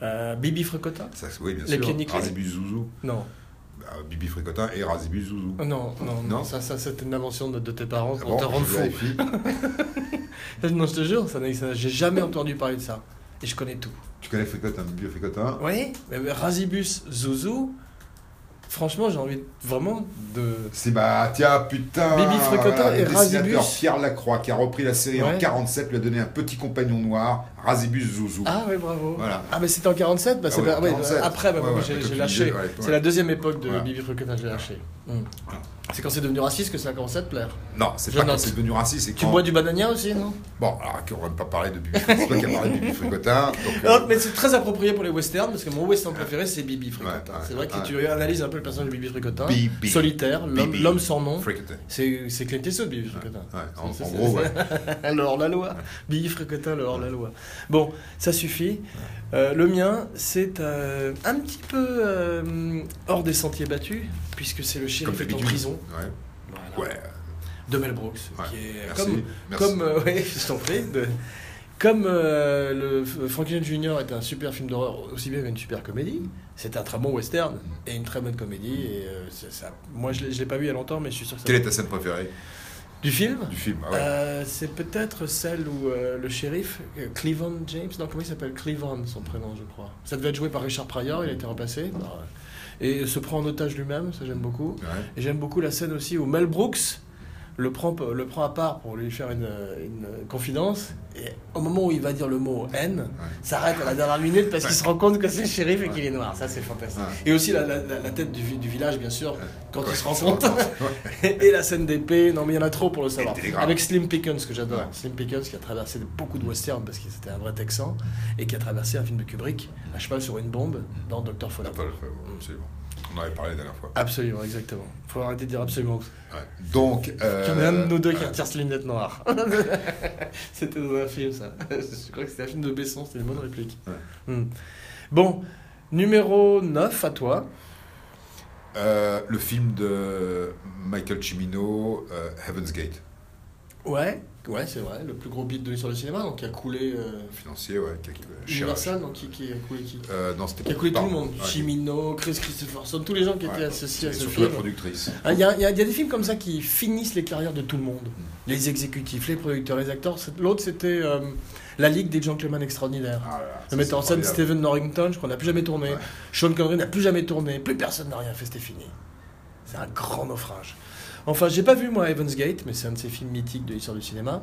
S1: Euh, Bibi Fricotta
S2: ça, oui, bien
S1: Les
S2: sûr.
S1: pieds nickelés.
S2: Razibus Zouzou,
S1: Non, Oh,
S2: Bah, Bibi Fricotin et Razibus Zouzou.
S1: non, non, non.
S2: Non.
S1: Ça, ça c'était une invention de, de tes parents
S2: Ah
S1: pour
S2: bon,
S1: te rendre
S2: je
S1: fou.
S2: vérifie.
S1: Non, je te jure, ça, n'a- ça n'a- j'ai jamais entendu parler de ça. Et je connais tout.
S2: Tu connais Fricotin, Bibi Fricotin
S1: Oui mais, mais Razibus, Zouzou, franchement, j'ai envie de- vraiment de.
S2: C'est bah, tiens, putain
S1: Bibi Fricotin
S2: voilà,
S1: et
S2: le dessinateur
S1: Razibus.
S2: Pierre Lacroix qui a repris la série
S1: Ouais.
S2: en 47 lui a donné un petit compagnon noir, Razibus Zouzou.
S1: Ah oui, bravo.
S2: Voilà.
S1: Ah, mais c'était en 47, bah,
S2: Ah
S1: c'est
S2: oui,
S1: pas- ouais,
S2: 47.
S1: Après, bah,
S2: Ouais,
S1: moi,
S2: ouais,
S1: j'ai
S2: comme tu
S1: j'ai
S2: disais,
S1: lâché.
S2: ouais, ouais.
S1: C'est la deuxième époque de
S2: Voilà.
S1: Bibi Fricotta que j'ai lâché. Hum.
S2: Voilà.
S1: C'est quand c'est devenu raciste que ça a commencé à te plaire.
S2: Non, c'est
S1: Je
S2: pas quand
S1: note.
S2: c'est devenu raciste, c'est
S1: Tu
S2: quand-
S1: bois du banania aussi, non
S2: Bon, alors qu'on va pas parler de Bibi Fricotin, c'est toi qui as parlé de Bibi Fricotin. donc, euh,
S1: Non, mais c'est très approprié pour les westerns parce que mon western préféré c'est Bibi Fricotin.
S2: Ouais, ouais,
S1: c'est vrai que
S2: ouais.
S1: si tu analyses un peu le personnage de Bibi Fricotin,
S2: Bibi.
S1: solitaire, l'homme
S2: Bibi.
S1: l'homme sans nom,
S2: Fricotin.
S1: c'est c'est Clint Eastwood Bibi Fricotin.
S2: Ouais, en,
S1: C'est-
S2: en
S1: c'est-
S2: gros, ouais.
S1: c'est- le hors-la-loi. Bibi Fricotin, le hors-la-loi. Bon, ça suffit. Euh, le mien, c'est euh, un petit peu euh, hors des sentiers battus puisque c'est le
S2: Comme
S1: shérif est en
S2: d'habitude.
S1: prison.
S2: Ouais.
S1: Voilà.
S2: ouais.
S1: De Mel Brooks,
S2: Ouais.
S1: qui est
S2: Merci.
S1: comme
S2: Merci.
S1: Comme, euh, ouais, je t'en prie, de- comme euh, le F- Franklin Junior est un super film d'horreur, aussi bien qu'une super comédie, c'est un très bon western et une très bonne comédie. Et, euh, c'est- ça, moi, je ne l'ai, je l'ai pas vu il y a longtemps, mais je suis sûr que ça.
S2: Quelle est ta scène préférée
S1: Du film
S2: du film ah ouais.
S1: Euh, C'est peut-être celle où euh, le shérif, euh, Cleveland James, non, comment il s'appelle Cleveland, son prénom, je crois. Ça devait être joué par Richard Pryor, il a été remplacé. par, euh, et se prend en otage lui-même, ça j'aime beaucoup.
S2: Ouais.
S1: Et j'aime beaucoup la scène aussi où Mel Brooks le prend, le prend à part pour lui faire une, une confidence. Et au moment où il va dire le mot haine, s'arrête à la dernière minute parce qu'il se rend compte que c'est le shérif et qu'il est noir. Ça, c'est fantastique.
S2: Ouais.
S1: Et aussi la, la- la- la tête du, vi- du village, bien sûr, quand
S2: Ouais,
S1: il se rend
S2: ça
S1: compte. et la scène d'épée. Non, mais il y en a trop pour le savoir.
S2: télégramme.
S1: Avec Slim Pickens, que j'adore.
S2: Ouais.
S1: Slim Pickens qui a traversé beaucoup de westerns parce que c'était un vrai texan et qui a traversé un film de Kubrick à cheval sur une bombe dans Dr.
S2: On n'a
S1: Follett.
S2: pas le fait, bon, absolument. On en avait parlé la dernière fois.
S1: Absolument, exactement. Faut arrêter de dire absolument.
S2: Ouais. Donc, euh,
S1: Il y en a un de nous deux qui retire cette lunette noire. c'était dans un film, ça. Je crois que c'était un film de Besson, c'était une bonne réplique. Hmm. Bon, numéro 9 à toi.
S2: euh, le film de Michael Cimino, euh, Heaven's Gate.
S1: Ouais, ouais, c'est vrai, le plus gros bid de l'histoire du cinéma, donc qui a coulé euh,
S2: Financier, ouais. qui a- euh, Chirac.
S1: Universal, donc qui, qui a coulé qui
S2: Euh, non, c'était
S1: Qui a coulé tout le
S2: pardon,
S1: monde,
S2: ouais.
S1: Chimino, Chris Christopherson, tous les gens qui
S2: Ouais,
S1: étaient associés à
S2: et
S1: ce
S2: Surtout la
S1: film.
S2: productrice.
S1: Ah, Il y, a- il y a il y a des films comme ça qui finissent les carrières de tout le monde.
S2: Mm.
S1: Les exécutifs, les producteurs, les acteurs. C'est- L'autre, c'était euh, La Ligue des Gentlemen Extraordinaires.
S2: Ah là là,
S1: Le
S2: ça,
S1: metteur en
S2: c'est
S1: scène
S2: formidable.
S1: Stephen Norrington, je crois, n'a plus jamais tourné.
S2: Ouais.
S1: Sean Connery n'a plus jamais tourné. Plus personne n'a rien fait, c'était fini. C'est un grand naufrage. Enfin, j'ai pas vu moi Heaven's Gate, mais c'est un de ces films mythiques de l'histoire du cinéma.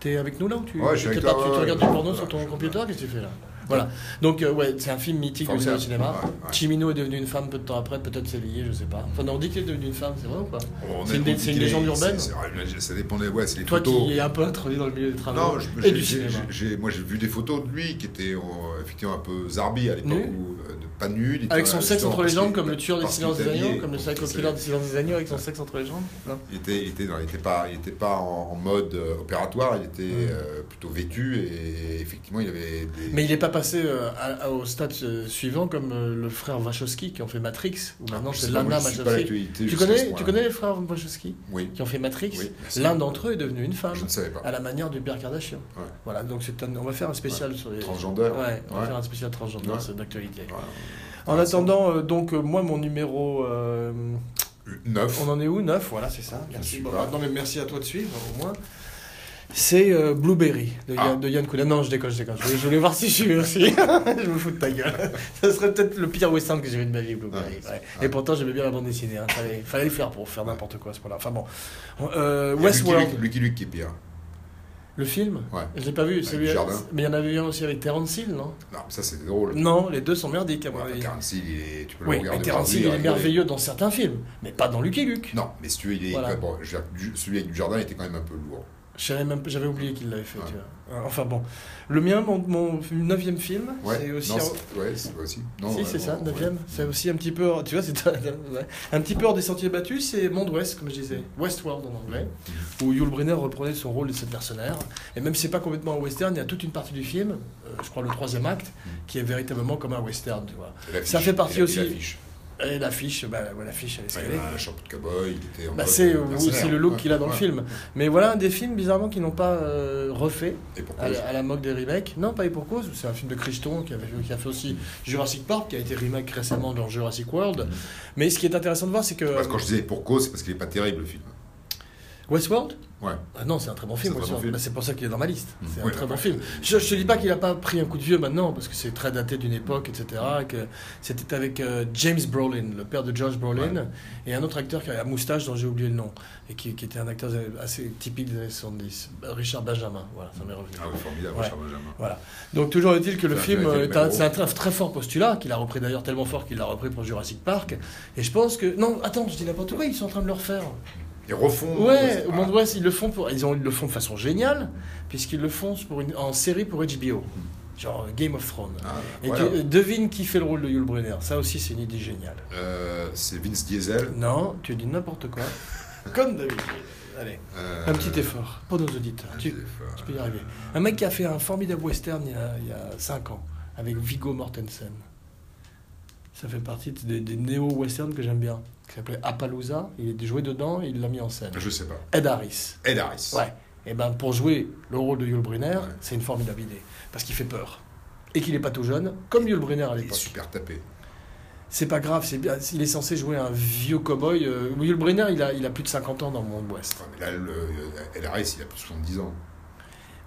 S1: T'es avec nous là ou tu,
S2: Ouais, je suis
S1: t'es
S2: avec
S1: pas-
S2: toi,
S1: tu-
S2: ouais,
S1: tu
S2: ouais,
S1: regardes
S2: je-
S1: du porno
S2: voilà,
S1: sur ton
S2: je-
S1: computer Qu'est-ce que tu fais là Voilà. Donc, euh, ouais, c'est un film mythique de l'histoire du cinéma.
S2: Formidable, ouais, ouais.
S1: Chimino est devenu une femme peu de temps après, peut-être Sévillé, je sais pas. Enfin, non, on dit qu'il est devenu une femme, c'est vrai ou pas
S2: On
S1: C'est
S2: est-
S1: une- c'est
S2: on dit
S1: une
S2: qu'il est-
S1: légende urbaine
S2: c'est- c'est vrai, mais Ça dépendait, ouais, c'est les
S1: Toi
S2: photos.
S1: qui es un peu introduit dans le milieu des travaux
S2: Non, je-
S1: et
S2: j'ai-
S1: du
S2: j'ai-
S1: cinéma.
S2: j'ai- moi j'ai vu des photos de lui qui étaient euh, effectivement un peu zarbi à l'époque,
S1: Nu
S2: ou euh, de- pas nu. il était
S1: Avec
S2: un-
S1: son sexe
S2: justement,
S1: entre les
S2: parce
S1: jambes,
S2: qu'il-
S1: comme le tueur des
S2: parce
S1: silences
S2: qu'il
S1: des
S2: était
S1: agneaux,
S2: habillé,
S1: comme le psycho
S2: parce qu'il
S1: killer des silences des agneaux avec son sexe entre les jambes Non.
S2: Il était, il était, dans- il était pas, il était pas en, en mode euh, opératoire, il était euh, plutôt vêtu et effectivement il avait des.
S1: Mais il n'est pas passé euh, à- à- au stade euh, suivant comme euh, le frère Wachowski qui ont fait Matrix, ou maintenant
S2: Je
S1: c'est
S2: sais Ah pas, moi,
S1: Lana
S2: je suis pas
S1: Wachowski.
S2: l'actualité
S1: Tu
S2: jusqu'à ce
S1: connais, tu
S2: point-là.
S1: connais les frères Wachowski
S2: Oui,
S1: qui ont fait Matrix
S2: Oui, merci.
S1: L'un d'entre eux Euh, est devenu une femme,
S2: je ne savais pas.
S1: à la manière du Pierre Kardashian.
S2: Ouais.
S1: Voilà, donc c'est un- on va faire un spécial sur les...
S2: Transgender.
S1: Ouais, on va
S2: Ouais.
S1: faire un spécial transgenre,
S2: Ouais.
S1: c'est d'actualité.
S2: Ouais.
S1: En attendant, euh, donc, euh, moi, mon numéro... euh,
S2: Neuf.
S1: on en est où 9, voilà, c'est ça.
S2: Je
S1: Merci.
S2: sais
S1: Bon,
S2: pas.
S1: maintenant, mais merci à toi de suivre, au moins. C'est euh, Blueberry de,
S2: Ah.
S1: Yann- de Yann Koulian. Non, je déconne, je déconne. Je voulais, je voulais voir si je suis aussi. je me fous de ta gueule. Ça serait peut-être le pire western que j'ai vu de ma vie, Blueberry.
S2: Ah,
S1: ouais.
S2: ah.
S1: Et pourtant, j'aimais bien la bande dessinée. hein. Fallait, fallait le faire pour faire n'importe quoi à ce point-là. Enfin bon. Euh,
S2: Il y a
S1: Westworld,
S2: Lucky Luke, Lucky Luke qui est pire.
S1: le film
S2: Ouais.
S1: Je l'ai pas vu. Celui
S2: Dujardin.
S1: mais il y en avait un aussi avec Terence Hill, non
S2: Non, mais ça c'est drôle.
S1: Non, les deux sont merdiques à mon
S2: Ouais,
S1: avis.
S2: Terence Hill, il est, tu peux
S1: Oui,
S2: le
S1: mais
S2: regarder.
S1: Terence
S2: aujourd'hui,
S1: Hill, il est
S2: rigoler.
S1: merveilleux dans certains films, mais pas dans Lucky Luke.
S2: Non, mais si tu veux, il est
S1: Voilà.
S2: quand même- bon, je veux dire, du- celui avec du jardin était quand même un peu lourd.
S1: Je savais même- J'avais oublié qu'il l'avait fait,
S2: Ouais.
S1: tu vois. Euh, Enfin bon. Le mien, mon, mon neuvième film,
S2: Ouais.
S1: c'est aussi...
S2: Non,
S1: un-
S2: c'est- ouais, c'est aussi. Non,
S1: si,
S2: ouais,
S1: c'est
S2: bon,
S1: ça,
S2: ouais.
S1: neuvième. C'est aussi un petit peu... hors- Tu vois, c'est ouais. un petit peu hors des sentiers battus, c'est Monde Ouest, comme je disais. Westworld en anglais,
S2: Mm-hmm.
S1: où Yul Brynner reprenait son rôle de cette mercenaire. Et même si c'est pas complètement un western, il y a toute une partie du film, euh, je crois le troisième acte,
S2: Mm-hmm.
S1: qui est véritablement comme un western, tu vois.
S2: Et l'affiche,
S1: Ça fait partie
S2: et la- et
S1: aussi-
S2: l'affiche.
S1: Et l'affiche, bah, ouais, l'affiche, elle est ce
S2: Ouais,
S1: qu'elle
S2: il
S1: est.
S2: avait un chapeau de cowboy, il était en
S1: Bah,
S2: mode euh,
S1: c'est
S2: mercenaire.
S1: c'est le look
S2: Ouais,
S1: qu'il a dans le
S2: ouais.
S1: film. Mais voilà un des films, bizarrement, qu'ils n'ont pas euh, refait.
S2: Et pourquoi
S1: à la, à la moque des remakes. Non, pas et pour cause. C'est un film de Crichton qui, avait- qui a fait aussi Jurassic Park, qui a été remake récemment dans Jurassic
S2: Mm.
S1: World. Mais ce qui est intéressant de voir, c'est que
S2: Parce Bah, que quand je disais pour cause, c'est parce qu'il est pas terrible le film.
S1: Westworld.
S2: Ouais.
S1: Ah non, c'est un très bon film.
S2: C'est un très bon
S1: Westworld.
S2: film.
S1: Bah, C'est pour ça qu'il est dans ma liste.
S2: Mhm.
S1: C'est un
S2: Oui,
S1: très
S2: bah,
S1: bon
S2: bah,
S1: film. Je, je te dis pas qu'il a pas pris un coup de vieux maintenant, parce que c'est très daté d'une époque, etc. Que c'était avec euh, James Brolin, le père de George Brolin, et un autre acteur qui a la moustache dont j'ai oublié le nom, et qui, qui était un acteur assez typique des années 70. Richard Benjamin. Voilà, ça m'est revenu.
S2: Ah oui, formidable,
S1: Ouais.
S2: Richard Benjamin.
S1: Voilà. Donc toujours est-il que le
S2: C'est un
S1: film
S2: Jonathan
S1: euh, est un,
S2: Melo.
S1: c'est un très, très fort postulat, qu'il a repris d'ailleurs tellement fort qu'il l'a repris pour Jurassic Park. Et je pense que... Non, attends, je dis n'importe quoi, ils sont en train de le refaire.
S2: Ils refont.
S1: Ouais, au
S2: ah,
S1: Monde Ouest, ils le font, pour, ils, ont, ils le font de façon géniale, puisqu'ils le font pour une, en série pour HBO. Genre Game of Thrones.
S2: ah,
S1: Et
S2: voilà.
S1: tu- euh, devine qui fait le rôle de Yul Brynner. Ça aussi, c'est une idée géniale.
S2: Euh, c'est Vince Diesel.
S1: Non, tu dis n'importe quoi. Comme d'habitude. Allez,
S2: Euh,
S1: un petit effort pour nos auditeurs.
S2: un
S1: Tu-
S2: petit effort.
S1: Je peux y arriver. Un mec qui a fait un formidable western il y a, il y a 5 ans, avec Vigo Mortensen. Ça fait partie des, des néo-westerns que j'aime bien. Qui s'appelait Appaloosa. Il est joué dedans et il l'a mis en scène.
S2: Je sais pas.
S1: Ed Harris.
S2: Ed Harris.
S1: Ouais. Et ben pour jouer le rôle de Yul Brynner,
S2: Ouais.
S1: c'est une formidable idée. Parce qu'il fait peur. Et qu'il n'est pas tout jeune, comme Yul Brynner à
S2: Il est
S1: l'époque.
S2: super tapé.
S1: C'est pas grave, c'est bien. Il est censé jouer un vieux cow-boy. Euh, Yul Brynner, il a, il a plus de 50 ans dans le monde ouest.
S2: Ouais, mais là, le, euh, Ed Harris, il a plus de 70 ans.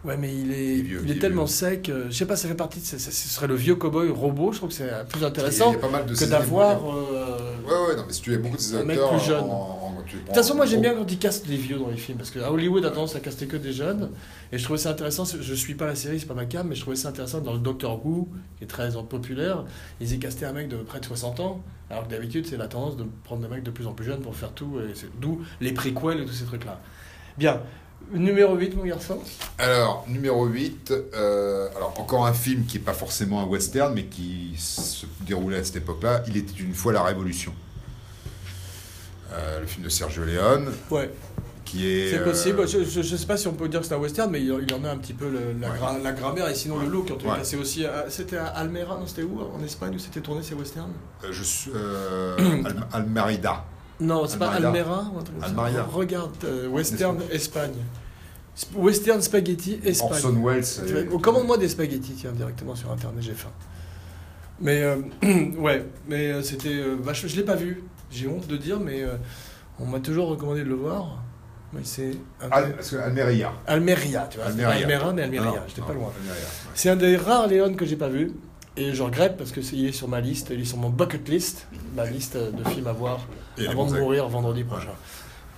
S1: Ouais, mais il est,
S2: Il est vieux,
S1: il
S2: il
S1: est
S2: est
S1: tellement
S2: vieux.
S1: sec. euh, je sais pas, ça fait partie de. Ce, ce- ce serait le vieux cowboy robot. Je trouve que c'est euh, plus
S2: Il
S1: intéressant
S2: y a pas mal de
S1: que
S2: ces-
S1: d'avoir. euh,
S2: Ouais, ouais, non, mais si tu es beaucoup de ces
S1: Un mec
S2: acteurs.
S1: plus jeune.
S2: en- en- tu
S1: De
S2: prends-
S1: toute façon, moi j'aime
S2: en-
S1: bien quand ils castent les vieux dans les films parce qu'à Hollywood, a tendance à caster que des jeunes. Et je trouvais ça intéressant. c'est- Je suis pas la série, c'est pas ma cam, mais je trouvais ça intéressant dans le Doctor Who, qui est très euh, populaire. Ils y castaient un mec de près de 60 ans, alors que d'habitude, c'est la tendance de prendre des mecs de plus en plus jeunes pour faire tout. et c'est- D'où les préquels et tous ces trucs-là. Bien. Numéro 8, mon garçon.
S2: Alors, numéro 8, euh, alors encore un film qui n'est pas forcément un western, mais qui se déroulait à cette époque-là, Il était une fois la Révolution. Euh, le film de Sergio Leone,
S1: Ouais.
S2: qui est...
S1: C'est
S2: euh,
S1: possible. Je, je, je sais pas si on peut dire que c'est un western, mais il, il en a un petit peu le- la,
S2: Ouais.
S1: gra- la grammaire et sinon le look. En tout
S2: Ouais.
S1: cas, c'est aussi. à- C'était à Almera, non C'était où En Espagne où c'était tourné ces westerns
S2: euh, je suis, euh, Al- Almerida.
S1: Non, c'est pas
S2: Almeria.
S1: Almera. ou un truc comme ça.
S2: Almeria.
S1: Regarde, euh, western Espagne. Sp- Western spaghetti et
S2: Orson
S1: spaghetti.
S2: Welles. est-
S1: Commande-moi des spaghettis, tiens, directement sur internet, j'ai faim. Mais euh, ouais, mais euh, c'était euh, vachement. Je l'ai pas vu, j'ai honte de dire, mais euh, on m'a toujours recommandé de le voir. Mais c'est. un
S2: Ah,
S1: des-
S2: parce que Almeria.
S1: Almeria, tu vois. c'était pas
S2: Almeria.
S1: Almeria, mais
S2: Non,
S1: Almeria,
S2: non,
S1: j'étais
S2: non,
S1: pas loin.
S2: Almeria, ouais.
S1: C'est un des rares Léon que j'ai pas vu. Et je regrette parce que c'est- il est sur ma liste, il est sur mon bucket list, ma liste de films à voir
S2: Et les
S1: avant de
S2: Gonzagues.
S1: mourir vendredi prochain.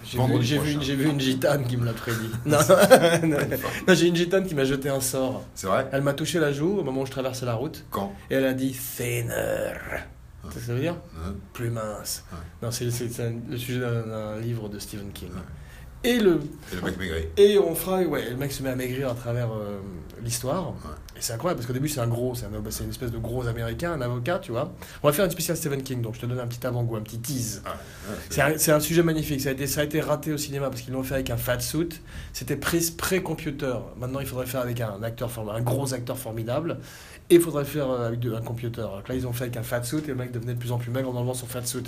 S1: J'ai vu,
S2: Vendredi
S1: j'ai vu-
S2: prochain.
S1: j'ai vu une gitane qui me l'a prédit. Non, non, non, j'ai une gitane qui m'a jeté un sort.
S2: C'est vrai
S1: Elle m'a touché la joue au moment où je traversais la route
S2: Quand
S1: et elle a dit Seigneur. Tu sais ce que Ça veut dire
S2: hein
S1: plus mince.
S2: Ouais.
S1: Non, c'est c'est- c'est un- le sujet d'un d'un livre de Stephen King.
S2: Ouais.
S1: Et le
S2: Et le mec maigret.
S1: et on fera, ouais, le mec se met à maigrir à travers euh, l'histoire.
S2: Ouais.
S1: Et c'est incroyable parce qu'au début c'est un gros, c'est un- c'est une espèce de gros américain, un avocat, tu vois. On va faire une spéciale Stephen King, donc je te donne un petit avant-goût, un petit tease.
S2: Ah, ouais,
S1: C'est un, c'est un sujet magnifique, ça a, été, ça a été raté au cinéma parce qu'ils l'ont fait avec un fat suit. C'était prise pré-computer. Maintenant il faudrait le faire avec un acteur form- un gros acteur formidable. Et il faudrait le faire euh, avec de- un computer. Donc là ils ont fait avec un fat suit et le mec devenait de plus en plus maigre en enlevant son fat suit.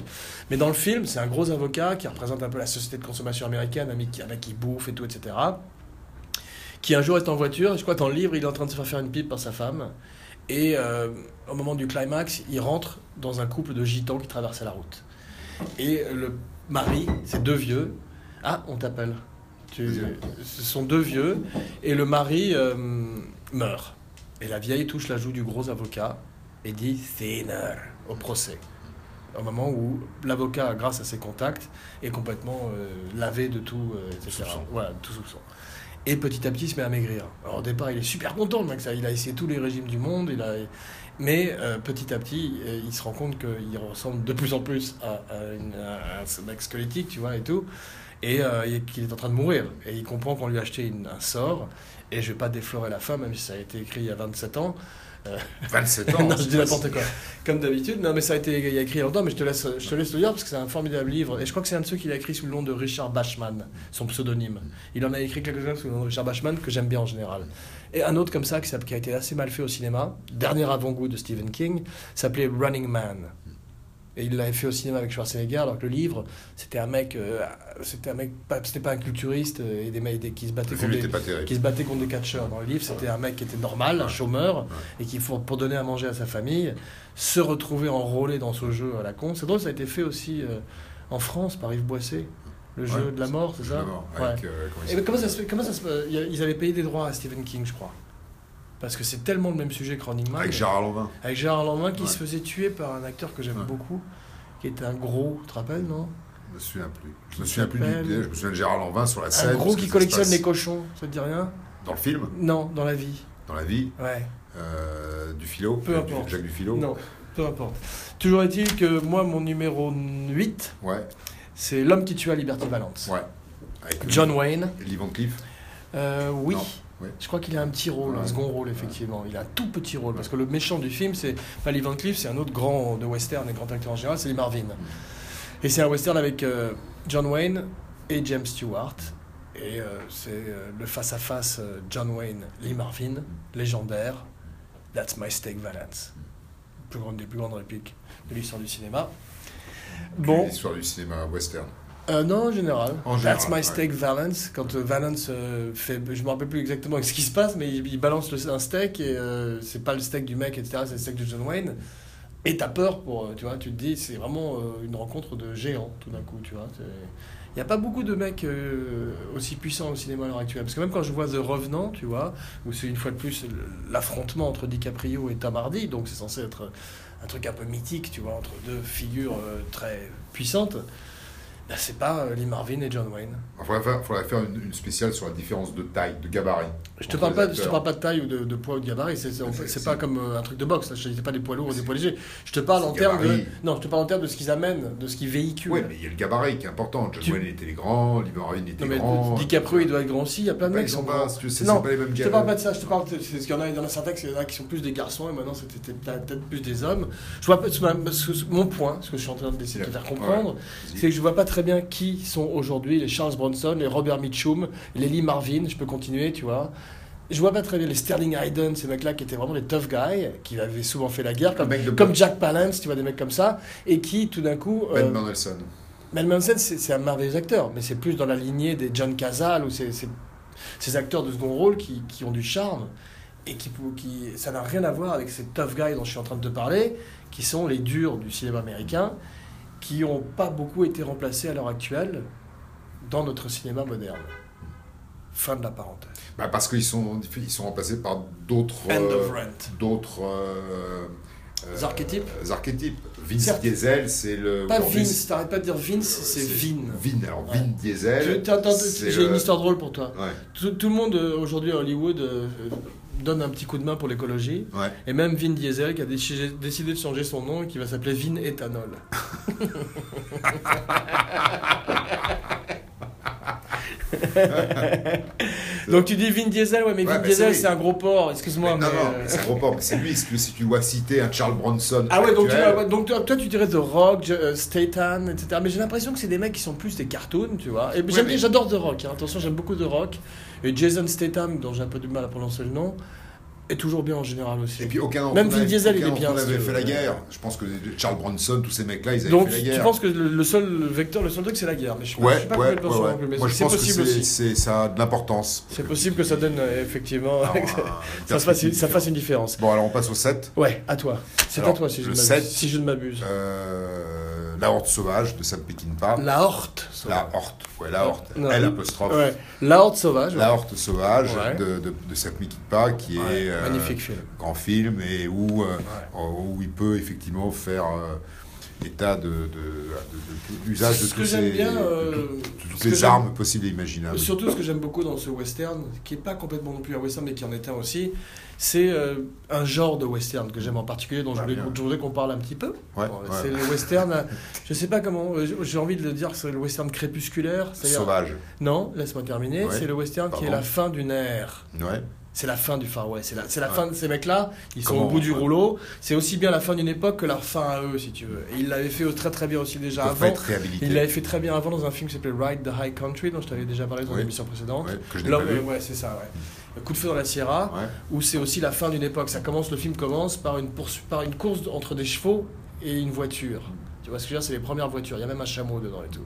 S1: Mais dans le film, c'est un gros avocat qui représente un peu la société de consommation américaine, un mec qui, un mec qui bouffe et tout, etc. Qui un jour est en voiture, et je crois que dans le livre, il est en train de se faire faire une pipe par sa femme. Et euh, au moment du climax, il rentre dans un couple de gitans qui traversaient la route. Et le mari, c'est deux vieux. Ah, on t'appelle. Tu-
S2: Vas-y.
S1: Ce sont deux vieux. Et le mari euh, meurt. Et la vieille touche la joue du gros avocat et dit Sinner au procès au moment où l'avocat, grâce à ses contacts, est complètement euh, lavé de tout, euh, etc.
S2: Soupçon.
S1: Voilà, de tout soupçon. Et petit à petit, il se met à maigrir. Alors au départ, il est super content, le mec. Ça, il a essayé tous les régimes du monde. Il a... Mais euh, petit à petit, euh, il se rend compte qu'il ressemble de plus en plus à, à une- à- à ce mec squelettique, tu vois, et tout. Et euh, et qu'il est en train de mourir. Et il comprend qu'on lui a acheté une- un sort. Et je vais pas déflorer la fin, même si ça a été écrit il y a 27 ans.
S2: 27 ans.
S1: non, je dis n'importe quoi. Comme d'habitude. Non, mais ça a été il y a écrit longtemps, mais je te laisse, je te laisse le dire parce que c'est un formidable livre. Et je crois que c'est un de ceux qu'il a écrit sous le nom de Richard Bachman, son pseudonyme. Il en a écrit quelques-uns sous le nom de Richard Bachman que j'aime bien en général. Et un autre comme ça qui s'app- qui a été assez mal fait au cinéma, dernier avant-goût de Stephen King, s'appelait Running Man. Et il l'avait fait au cinéma avec Schwarzenegger, alors que le livre, c'était un mec, euh, c'était un mec, pas- c'était pas un culturiste euh, et des mecs des- qui se battaient
S2: Le
S1: contre
S2: film
S1: des,
S2: n'était pas terrible.
S1: qui se battait contre des catcheurs. Dans le livre, c'était un mec qui était normal, un chômeur, et qui, pour, pour donner à manger à sa famille, se retrouver enrôlé dans ce jeu à la con. C'est drôle, ça a été fait aussi euh, en France par Yves Boisset, le jeu
S2: Ouais,
S1: de la mort, c'est
S2: Je
S1: ça
S2: l'adore,
S1: Ouais.
S2: avec, euh, comment il
S1: Et mais comment ça
S2: s'appelle
S1: se fait comment ça se, euh, Ils avaient payé des droits à Stephen King, je crois. Parce que c'est tellement le même sujet que Running Man.
S2: Avec Gérard Lanvin.
S1: Avec Gérard Lanvin qui
S2: Ouais.
S1: se faisait tuer par un acteur que j'aime
S2: Ouais.
S1: beaucoup, qui était un gros, tu te rappelles, non
S2: Je me souviens plus. Je me souviens plus du.
S1: s'appelle-
S2: Je me souviens de Gérard Lanvin sur la scène.
S1: Un gros
S2: parce que
S1: qui
S2: ça
S1: collectionne
S2: se
S1: les
S2: passe
S1: cochons, ça te dit rien
S2: Dans le film,
S1: Non, dans la vie.
S2: dans la vie,
S1: Ouais.
S2: euh, du philo.
S1: Peu
S2: Jacques-
S1: importe.
S2: Jacques du philo.
S1: Non, peu importe. Toujours est-il que moi, mon numéro 8,
S2: Ouais,
S1: c'est L'homme qui tua Liberty Valance.
S2: ouais. Avec euh,
S1: John Wayne,
S2: Lee Van Cleef.
S1: euh, oui.
S2: Non, oui.
S1: Je crois qu'il a un petit rôle, un
S2: Ouais.
S1: second rôle, effectivement. Il a un tout petit rôle, parce que le méchant du film, c'est pas Lee Van Cleef, c'est un autre grand de western et grand acteur en général, c'est Lee Marvin.
S2: Mm.
S1: Et c'est un western avec euh, John Wayne et James Stewart. Et euh, c'est euh, le face-à-face euh, John Wayne, Lee Marvin,
S2: Mm.
S1: légendaire. That's my steak Valance. Plus grande des plus grandes répliques de l'histoire du cinéma. Bon,
S2: L'histoire du cinéma western.
S1: euh, non, en général.
S2: En
S1: That's
S2: général,
S1: my
S2: ouais.
S1: steak Valence. Quand euh, Valence euh, fait. Je me rappelle plus exactement ce qui se passe, mais il, il balance le- un steak et euh, c'est pas le steak du mec, etc. C'est le steak de John Wayne. Et t'as peur pour. euh, Tu vois, tu te dis, c'est vraiment euh, une rencontre de géants tout d'un coup, tu vois. c'est- Il n'y a pas beaucoup de mecs euh, aussi puissants au cinéma à l'heure actuelle. Parce que même quand je vois The Revenant, tu vois, où c'est une fois de plus le- l'affrontement entre DiCaprio et Tom Hardy, donc c'est censé être un truc un peu mythique, tu vois, entre deux figures euh, très puissantes. Ben, c'est pas euh, Lee Marvin et John Wayne.
S2: Il faudrait faire, faudrait faire une, une spéciale sur la différence de taille, de gabarit.
S1: Je te,
S2: entre
S1: parle
S2: les
S1: pas, je te
S2: acteurs.
S1: parle pas de taille ou de, de poids ou de gabarit, c'est, c'est,
S2: C'est-
S1: c'est
S2: c'est-
S1: pas comme euh, un truc de boxe, là. je te dis pas des poids lourds ou des poids légers. Je te parle
S2: c'est
S1: en termes de,
S2: gabarit.
S1: non, je te parle en termes de ce qu'ils amènent, de ce qu'ils véhiculent.
S2: Ouais, mais il y a le gabarit qui est important. John
S1: Tu-
S2: Wayne il était grand, Lee Marvin était
S1: non mais
S2: grand.
S1: DiCaprio il doit être grand aussi, il y a plein de
S2: Bah,
S1: mecs
S2: ils
S1: qui sont
S2: sont pas,
S1: grands.
S2: tu sais,
S1: Non,
S2: c'est pas les mêmes
S1: Je te
S2: gars.
S1: parle pas de ça, je te parle de, c'est ce qu'il y en a, il y en a certains qui, il y en a qui sont plus des garçons et maintenant c'était peut-être- peut-être plus des hommes. Je vois pas, ce- ma- ce- mon point, ce que je suis en train d'essayer de te faire comprendre,
S2: Vas-y.
S1: c'est que je vois pas très bien qui sont aujourd'hui les Charles Bronson, les Robert Mitchum, les Lee Marvin, je peux continuer, tu vois. Je vois pas très bien les Sterling Hayden, ces mecs-là qui étaient vraiment des tough guys, qui avaient souvent fait la guerre,
S2: Le
S1: comme,
S2: mec Ben de-
S1: comme Jack Palance, tu vois, des mecs comme ça, et qui tout d'un coup. euh,
S2: Ben Mendelsohn.
S1: Mel Manson, c'est c'est un merveilleux acteur, mais c'est plus dans la lignée des John Cazale, ou c'est c'est- ces acteurs de second rôle qui, qui ont du charme et qui, pou- qui ça n'a rien à voir avec ces tough guys dont je suis en train de te parler, qui sont les durs du cinéma américain, qui n'ont pas beaucoup été remplacés à l'heure actuelle dans notre cinéma moderne. Fin de la parenthèse.
S2: Bah, parce qu'ils sont, ils sont remplacés par d'autres.
S1: End
S2: euh,
S1: of rent.
S2: d'autres euh, euh,
S1: Archétypes
S2: archétypes. Vince
S1: Certes.
S2: Diesel, c'est le.
S1: Pas
S2: aujourd'hui,
S1: Vince, t'arrêtes pas de dire Vince, c'est
S2: Euh, c'est
S1: Vin.
S2: Vin, alors
S1: Ouais.
S2: Vin
S1: Je-
S2: Diesel.
S1: t'as- t'as-
S2: c'est
S1: J'ai une
S2: le-
S1: histoire drôle pour toi.
S2: Ouais,
S1: Tout, tout le monde euh, aujourd'hui à Hollywood euh, donne un petit coup de main pour l'écologie.
S2: ouais.
S1: Et même Vin Diesel qui a déchi- décidé de changer son nom et qui va s'appeler Vin Ethanol. Donc tu dis Vin Diesel, ouais, mais
S2: Ouais,
S1: Vin
S2: mais
S1: Diesel
S2: c'est-
S1: c'est un gros porc, excuse-moi.
S2: Mais non,
S1: mais,
S2: non,
S1: euh,
S2: mais c'est un report. mais C'est lui, si tu, si tu dois citer un Charles Bronson.
S1: Ah ouais, donc, tu,
S2: actuel,
S1: ouais, donc toi, toi, tu dirais The Rock, Je- euh, Statham, etc. Mais j'ai l'impression que c'est des mecs qui sont plus des cartoons, tu vois. Et j'aime-
S2: mais-
S1: j'adore The Rock, hein. attention, j'aime beaucoup The Rock. Et Jason Statham, dont j'ai un peu du mal à prononcer le nom, est toujours bien en général aussi.
S2: Et puis aucun d'entre
S1: Même
S2: nous
S1: Vin
S2: n'avait-
S1: Diesel, il
S2: aucun
S1: est
S2: d'entre
S1: bien,
S2: nous n'avait
S1: ce-
S2: fait la guerre. Je pense que Charles Bronson, tous ces mecs-là, ils avaient
S1: donc
S2: fait la
S1: tu
S2: guerre.
S1: penses que le le seul vecteur, le seul truc, c'est la guerre. Mais je suis pas, je
S2: Ouais,
S1: suis pas
S2: ouais, ouais,
S1: complètement sûr non plus,
S2: ouais.
S1: mais
S2: Moi, je
S1: c'est
S2: pense que
S1: possible
S2: c'est-
S1: aussi.
S2: c'est ça a de l'importance.
S1: C'est possible que ça donne euh, effectivement,
S2: Alors,
S1: que
S2: un-
S1: ça, se fasse, ça fasse une différence.
S2: Bon, alors on passe au 7.
S1: Ouais, à toi. C'est à
S2: Alors,
S1: toi si je,
S2: le
S1: ne m'abuse-
S2: sept,
S1: si je ne m'abuse.
S2: Euh, la Horde Sauvage de Sam Peckinpah.
S1: la horte.
S2: La Horte, ouais, la Horte,
S1: Non.
S2: L apostrophe.
S1: Ouais. La horte sauvage.
S2: La Horte Sauvage
S1: Ouais.
S2: de, de, de Sam Peckinpah, qui
S1: Ouais,
S2: est euh,
S1: Magnifique film.
S2: un grand film et où, euh, où il peut effectivement faire euh, état de, de, de, de- de- d'usage de,
S1: Ce que
S2: tous
S1: j'aime
S2: ces-
S1: bien, euh,
S2: de- de toutes
S1: ce que
S2: les
S1: j'aime-
S2: armes possibles et imaginables.
S1: Surtout ce que j'aime beaucoup dans ce western, qui est pas complètement non plus un western mais qui en est un aussi, c'est euh, un genre de western que j'aime en particulier, dont je
S2: Ah,
S1: voulais,
S2: bien.
S1: je voulais qu'on parle un petit peu.
S2: Ouais,
S1: Bon,
S2: ouais.
S1: C'est le western, euh, je sais pas comment, euh, j'ai envie de le dire, c'est le western crépusculaire. c'est-à-dire-
S2: Sauvage.
S1: Non, laisse-moi terminer,
S2: Ouais.
S1: c'est le western qui est
S2: Pardon.
S1: la fin d'une ère.
S2: Ouais.
S1: C'est la fin du Far West. C'est la, c'est la
S2: Ouais.
S1: fin de ces mecs-là. Ils sont
S2: Comment-
S1: au bout du
S2: ouais.
S1: rouleau. C'est aussi bien la fin d'une époque que leur fin à eux, si tu veux. Et ils l'avaient fait très très bien aussi déjà
S2: Peuvent pas
S1: avant.
S2: être réhabilité.
S1: Il l'avait fait très bien avant dans un film qui s'appelait Ride the High Country, dont je t'avais déjà parlé dans
S2: Oui.
S1: une émission précédente.
S2: Ouais, que je n'ai pas
S1: L'homme,
S2: vu.
S1: ouais, c'est ça, ouais. Le coup de feu dans la Sierra,
S2: Ouais.
S1: où c'est aussi la fin d'une époque. Ça commence, le film commence par une, poursu- par une course entre des chevaux et une voiture. Tu vois ce que je veux dire C'est les premières voitures. Il y a même un chameau dedans et tout.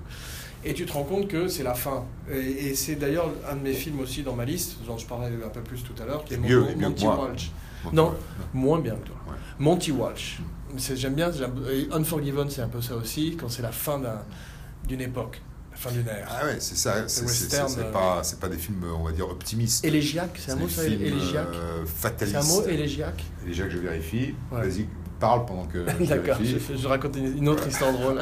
S1: Et tu te rends compte que c'est la fin. Et, et c'est d'ailleurs un de mes films aussi dans ma liste, dont je parlais un peu plus tout à l'heure, qui est
S2: Mieux,
S1: Mon-
S2: et mieux que
S1: Monty
S2: moi.
S1: Walsh.
S2: Donc,
S1: Non,
S2: ouais.
S1: Moins bien que toi.
S2: Ouais.
S1: Monty Walsh. C'est- J'aime bien. j'aime- et Unforgiven, c'est un peu ça aussi, quand c'est la fin d'un- d'une époque, la fin d'une ère.
S2: Ah ouais, c'est ça. C'est, c'est,
S1: western,
S2: c'est- c'est
S1: euh,
S2: pas, c'est pas des films, on va dire, optimistes.
S1: Élégiaque, c'est un mot
S2: des
S1: ça
S2: films,
S1: Élégiaque
S2: euh,
S1: C'est
S2: fatalistes.
S1: un mot élégiaque
S2: Et Déjà que je vérifie,
S1: Ouais.
S2: vas-y, parle pendant que je
S1: D'accord, je,
S2: vérifie.
S1: je raconte une, une autre histoire drôle.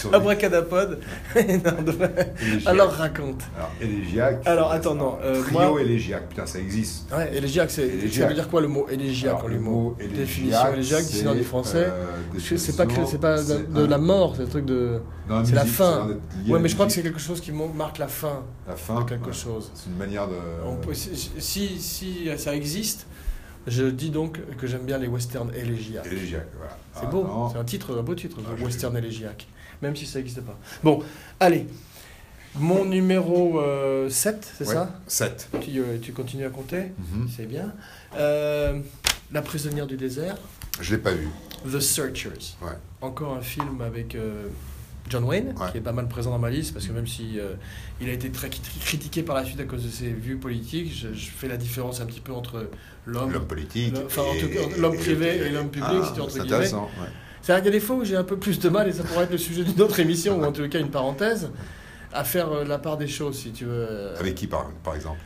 S2: Sur les-
S1: Abracadapod Non, de-
S2: élégiaque.
S1: Alors raconte.
S2: Alors, élégiaque.
S1: Alors,
S2: c'est-
S1: attends, non, euh,
S2: Trio
S1: moi-
S2: élégiaque, putain, ça existe.
S1: Ouais, élégiaque, c'est. Ça
S2: Élégiaque.
S1: veut dire quoi le mot élégiaque
S2: Alors,
S1: en
S2: le
S1: mot
S2: mot
S1: Définition élégiaque,
S2: c'est,
S1: dissident du français.
S2: euh,
S1: Parce que C'est pas, que- c'est pas de,
S2: c'est
S1: de
S2: un-
S1: la mort, c'est un truc de.
S2: dans
S1: c'est la
S2: musique,
S1: fin.
S2: ça a l'air d'être lié à
S1: Ouais,
S2: la
S1: mais je crois que c'est
S2: musique.
S1: quelque chose qui mon- marque la fin
S2: la fin.
S1: de quelque
S2: ouais.
S1: chose.
S2: C'est une manière de.
S1: Euh, On peut- si, si- si ça existe, je dis donc que j'aime bien les westerns élégiaques.
S2: Élégiaque, voilà.
S1: C'est
S2: Ah,
S1: beau,
S2: non.
S1: c'est un titre, un beau titre,
S2: Ah, je-
S1: Western élégiaque, même si ça n'existe pas. Bon, allez, mon numéro 7, c'est
S2: Ouais, Mm.
S1: ça
S2: 7.
S1: tu, euh, tu continues à compter
S2: Mhm.
S1: C'est bien. Euh, La prisonnière du désert,
S2: Je l'ai pas vu.
S1: The Searchers.
S2: Ouais.
S1: Encore un film avec euh, John Wayne,
S2: Ouais.
S1: qui est pas mal présent dans ma liste, parce que même si euh, il a été très cri- critiqué par la suite à cause de ses vues politiques, je, je fais la différence un petit peu entre l'homme
S2: L'homme politique.
S1: Le- enfin, en
S2: et-
S1: tout cas, l'homme privé et l'homme public,
S2: Ah,
S1: si tu entre
S2: c'est
S1: guillemets.
S2: intéressant, ouais.
S1: C'est-à-dire qu'il y a des fois où j'ai un peu plus de mal, et ça pourrait être le sujet d'une autre émission, ou en tout cas une parenthèse, à faire euh, la part des choses, si tu veux.
S2: Avec qui, par, par exemple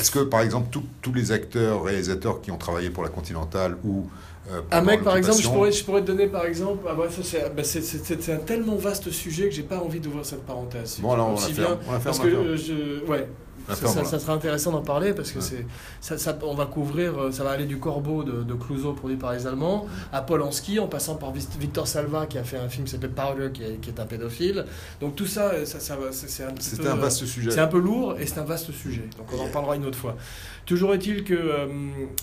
S2: Est-ce que, par exemple, tous- tous les acteurs, réalisateurs qui ont travaillé pour la Continentale ou. euh,
S1: Un
S2: pendant
S1: mec, par exemple, je
S2: l'occupation-
S1: pourrais, je pourrais te donner, par exemple, ah bah, ça, c'est bah, c'est- c'est- c'est- c'est un tellement vaste sujet que j'ai pas envie d'ouvrir cette parenthèse. si
S2: Bon,
S1: tu
S2: alors
S1: veux,
S2: on la
S1: aussi
S2: ferme.
S1: bien-
S2: On la ferme.
S1: Parce
S2: on
S1: que
S2: la ferme.
S1: euh, je. Ouais.
S2: La
S1: Ça,
S2: ferme,
S1: ça-
S2: Ah, voilà.
S1: ça sera intéressant d'en parler parce que
S2: Ouais.
S1: c'est ça, ça- on va couvrir, euh, ça va aller du Corbeau de, de Clouseau produit par les Allemands à Polanski en passant par Vis- Victor Salva qui a fait un film qui s'appelle Powder qui est, qui est un pédophile. Donc tout ça, euh, ça, ça va- c'est c'est un petit
S2: C'était
S1: peu,
S2: un
S1: euh,
S2: vaste sujet.
S1: c'est un peu lourd et c'est un vaste sujet. Donc on en parlera une autre fois. Toujours est-il que euh,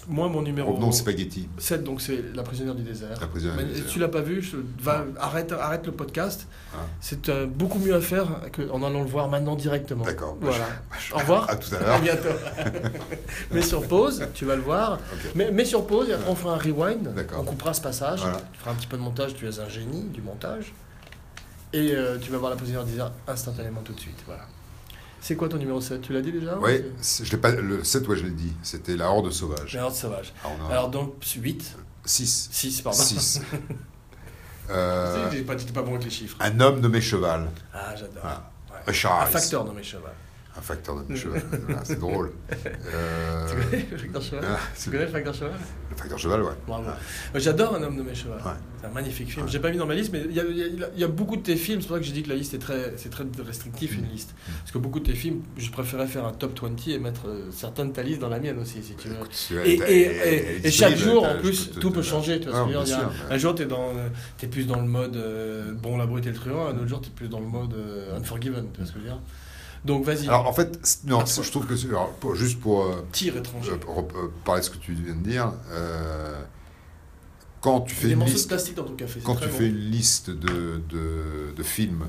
S1: moi mon numéro
S2: Revenons aux spaghettis.
S1: 7 donc c'est la prisonnière du désert.
S2: La prisonnière
S1: Mais
S2: du désert.
S1: tu l'as pas vu, je- va, arrête, arrête le podcast.
S2: Ah.
S1: C'est euh, beaucoup mieux à faire qu'en allant le voir maintenant directement.
S2: D'accord.
S1: Voilà. Au revoir.
S2: À tout à
S1: À
S2: l'heure.
S1: bientôt. mets sur pause, tu vas le voir.
S2: Ok.
S1: Mais mets sur pause et après on fera un rewind.
S2: D'accord.
S1: On coupera ce passage.
S2: Voilà.
S1: Tu feras un petit peu de montage, tu es un génie du montage. Et euh, tu vas voir la position du désert instantanément tout de suite. Voilà. C'est quoi ton numéro 7 Tu l'as dit déjà ou
S2: Oui,
S1: c'est-
S2: je l'ai pas, le 7, ouais, je l'ai dit. C'était la Horde Sauvage.
S1: Gérard Sauvage.
S2: Alors, on a
S1: Alors donc 8,
S2: 6.
S1: 6 pardon.
S2: 6. euh,
S1: J'ai pas, j'étais pas bon avec les chiffres.
S2: un homme nommé Cheval.
S1: Ah j'adore.
S2: Voilà.
S1: Ouais.
S2: Richard
S1: Un
S2: Harris.
S1: facteur nommé Cheval.
S2: Un facteur nommé Cheval. Voilà, c'est drôle. Euh,
S1: Tu connais le facteur Cheval
S2: ah,
S1: Tu
S2: c'est-
S1: connais le facteur Cheval
S2: le facteur Cheval, ouais.
S1: Bravo. Euh, J'adore Un homme nommé Cheval.
S2: Ouais.
S1: C'est un magnifique film.
S2: Ouais.
S1: J'ai pas mis dans ma liste, mais il y a, il y a- il y a- il y a beaucoup de tes films. C'est pour ça que j'ai dit que la liste est très, c'est très restrictif,
S2: Mm.
S1: une liste. Parce que beaucoup de tes films, je préférais faire un top 20 et mettre euh, certains de ta liste dans la mienne aussi, si tu veux.
S2: Écoute, si elle
S1: Et,
S2: est-
S1: et-
S2: elle est- elle est
S1: et- et chaque
S2: disponible,
S1: jour,
S2: t'as-
S1: en
S2: je
S1: plus,
S2: te-
S1: tout
S2: te-
S1: peut changer. Tu vois
S2: Ah,
S1: ce que je veux
S2: bien
S1: dire,
S2: sûr,
S1: il y a-
S2: ouais.
S1: un jour, tu es, plus dans le mode euh, Bon, la brute et le truand. Un autre jour, tu es plus dans le mode euh, Unforgiven. Tu vois ce que je veux dire Donc, vas-y,
S2: Alors en fait, c- non,
S1: Ah,
S2: c- je trouve que c'est- alors, pour- juste pour euh,
S1: tire étranger.
S2: euh, pour, euh, parler de ce que tu viens de dire, euh, quand
S1: Il
S2: tu
S1: y a
S2: fais
S1: des
S2: une
S1: morceaux de
S2: liste,
S1: plastique dans ton café. c'est
S2: quand
S1: très
S2: tu
S1: bon. Mm.
S2: fais une liste de, de, de films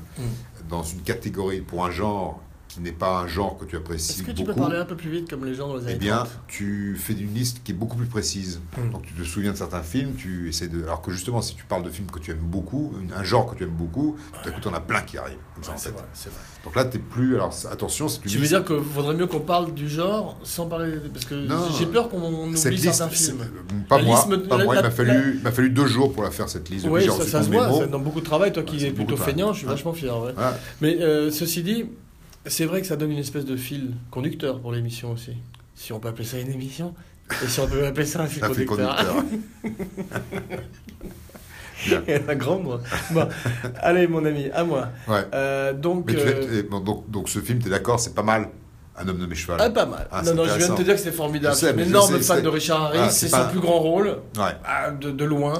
S2: dans une catégorie pour un genre qui n'est pas un genre que tu
S1: Est-ce
S2: apprécies
S1: que tu peux
S2: beaucoup,
S1: parler un peu plus vite comme les gens dans les années
S2: eh bien,
S1: 30?
S2: tu fais une liste qui est beaucoup plus précise.
S1: Mm.
S2: Donc, tu te souviens de certains films, tu essaies de. Alors que justement, si tu parles de films que tu aimes beaucoup, une- un genre que tu aimes beaucoup, tout à coup, t'en as plein qui arrivent. comme ça,
S1: Ouais,
S2: en
S1: c'est
S2: tête.
S1: vrai, c'est vrai.
S2: Donc là, t'es plus. Alors, c'est- attention, c'est une
S1: Tu veux
S2: liste-
S1: dire qu'il vaudrait mieux qu'on parle du genre sans parler. Parce que
S2: Non.
S1: j'ai peur qu'on
S2: cette
S1: oublie
S2: liste,
S1: certains films.
S2: c'est- euh, Pas
S1: La
S2: moi,
S1: liste me-
S2: pas
S1: la-
S2: moi.
S1: la-
S2: il m'a fallu, il m'a fallu deux jours pour la faire cette liste.
S1: Oui,
S2: J'ai
S1: ça,
S2: reçu
S1: ça
S2: ton
S1: se voit,
S2: mémo.
S1: ça demande beaucoup de travail. Toi
S2: Ouais,
S1: qui
S2: c'est
S1: es
S2: beaucoup
S1: plutôt
S2: de travail.
S1: feignant, je suis
S2: Ouais.
S1: vachement fier. ouais.
S2: Voilà.
S1: Mais euh, ceci dit, c'est vrai que ça donne une espèce de fil conducteur pour l'émission aussi. Si on peut appeler ça une émission, et si on peut appeler ça un fil
S2: Ça fait
S1: conducteur.
S2: conducteur.
S1: La grande. moi. Bon, allez mon ami, à moi.
S2: Ouais.
S1: Euh, donc,
S2: Mais tu
S1: euh,
S2: l'as- et bon, donc, donc ce film, t'es d'accord, c'est pas mal. Un homme nommé cheval.
S1: ah, pas mal.
S2: Ah,
S1: non,
S2: c'est
S1: non, je viens de te
S2: intéressant.
S1: dire que c'est formidable.
S2: Je sais, mais je
S1: énorme
S2: sais,
S1: fan
S2: c'est-
S1: de Richard Harris.
S2: Ah,
S1: c'est
S2: c'est
S1: son
S2: pas-
S1: plus grand rôle,
S2: Ouais,
S1: ah, de, de loin.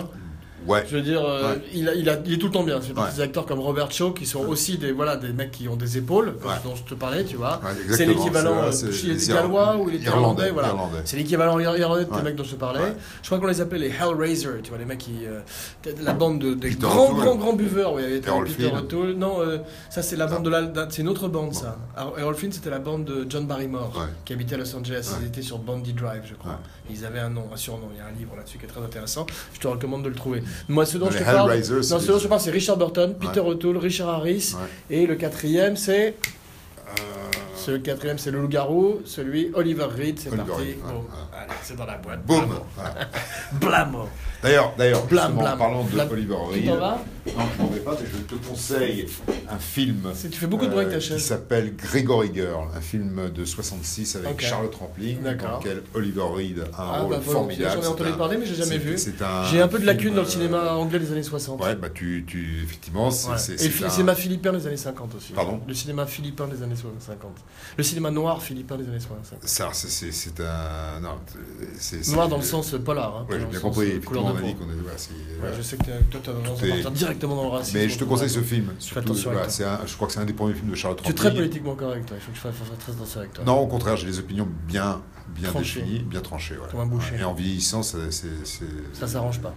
S2: ouais.
S1: Je veux dire, euh,
S2: Ouais.
S1: il, a- il a- il est tout le temps bien. C'est
S2: Ouais.
S1: des acteurs comme Robert Shaw qui sont aussi des, voilà, des mecs qui ont des épaules, comme
S2: Ouais.
S1: dont je te parlais, tu vois.
S2: Ouais,
S1: C'est
S2: exactement.
S1: l'équivalent, euh,
S2: C'est-
S1: je- il
S2: c'est-
S1: était
S2: c'est-
S1: gallois ou il était irlandais, voilà.
S2: irlandais.
S1: C'est l'équivalent ir- irlandais de tes
S2: Ouais.
S1: mecs dont je te parlais.
S2: Ouais.
S1: Je crois qu'on les appelait les Hellraisers, tu vois, les mecs qui. euh, t'as la bande de, des
S2: Peter
S1: grands,
S2: O'Toole.
S1: grands, grands buveurs. Oui, il y avait
S2: Errol
S1: Peter
S2: Flynn. Ah.
S1: O'Toole. Non, euh, ça, c'est la bande de la. d'un- C'est une autre bande, ça. Alors, Errol Flynn, c'était la bande de John Barrymore,
S2: Ouais.
S1: qui habitait à Los Angeles. Ils
S2: Ouais.
S1: étaient sur Bondi Drive, je crois.
S2: Ouais.
S1: Ils avaient un nom, un surnom. Il y a un livre là-dessus qui est très intéressant. Je te recommande de le trouver. Moi, ce dont
S2: Les
S1: je te parle.
S2: Hellraisers,
S1: Non,
S2: c'est-
S1: ce dont je te parle, c'est Richard Burton, Peter O'Toole, Richard Harris.
S2: Ouais.
S1: Et le quatrième, c'est. Ce quatrième, c'est le loup-garou. Celui, Oliver Reed, c'est
S2: Oliver
S1: parti.
S2: Reed, ouais,
S1: Bon,
S2: ouais.
S1: allez, c'est dans la boîte.
S2: Boum.
S1: Bravo.
S2: Voilà.
S1: Blamo.
S2: D'ailleurs, d'ailleurs,
S1: Blam,
S2: justement,
S1: blam.
S2: en parlant de
S1: Blam.
S2: Oliver
S1: Tu
S2: Reed,
S1: t'en vas
S2: non, je m'en vais pas, mais je te conseille un film.
S1: C'est- Tu fais beaucoup de bruit avec ta
S2: euh, qui
S1: chaise.
S2: s'appelle Gregory Girl, un film de 66 avec
S1: Ok.
S2: Charlotte Rampling,
S1: D'accord.
S2: dans lequel Oliver Reed a un
S1: Ah,
S2: rôle
S1: bah, volontiers.
S2: Oh, formidable.
S1: J'en ai entendu
S2: C'est un-
S1: parler, mais j'ai jamais
S2: c'est-
S1: vu.
S2: c'est un
S1: J'ai un peu de
S2: film,
S1: lacunes dans le
S2: euh,
S1: cinéma anglais des années 60.
S2: Ouais, bah tu, tu effectivement, c'est
S1: Ouais.
S2: c'est-
S1: Et
S2: c'est
S1: fi-
S2: un-
S1: cinéma philippin des années 50 aussi.
S2: Pardon
S1: Le cinéma philippin des années 50. Le cinéma noir philippin des années 60.
S2: ça, c'est- c'est c'est un non, c'est c'est-
S1: Noir dans le sens polar. Hein, pas
S2: Ouais, j'ai
S1: dans le
S2: bien
S1: sens,
S2: compris.
S1: euh, couleur
S2: Effectivement,
S1: de
S2: on a dit
S1: peau.
S2: qu'on est. voilà, c'est-
S1: Ouais,
S2: voilà.
S1: Je sais que t'as- toi, t'as tendance à
S2: est-
S1: partir directement dans le racisme.
S2: Mais je te conseille ce film. surtout,
S1: attention
S2: voilà,
S1: avec
S2: c'est un- je crois que c'est un des premiers films de Charlotte
S1: Tu es
S2: Rampling.
S1: très politiquement correct, toi. Il faut que je fasse fasse très attention avec toi.
S2: Non, au contraire, j'ai des opinions bien, bien
S1: Tranchées.
S2: définies, bien tranchées. ouais.
S1: Comme un boucher.
S2: Et en vieillissant, ça- c'est- c'est-
S1: Ça s'arrange pas.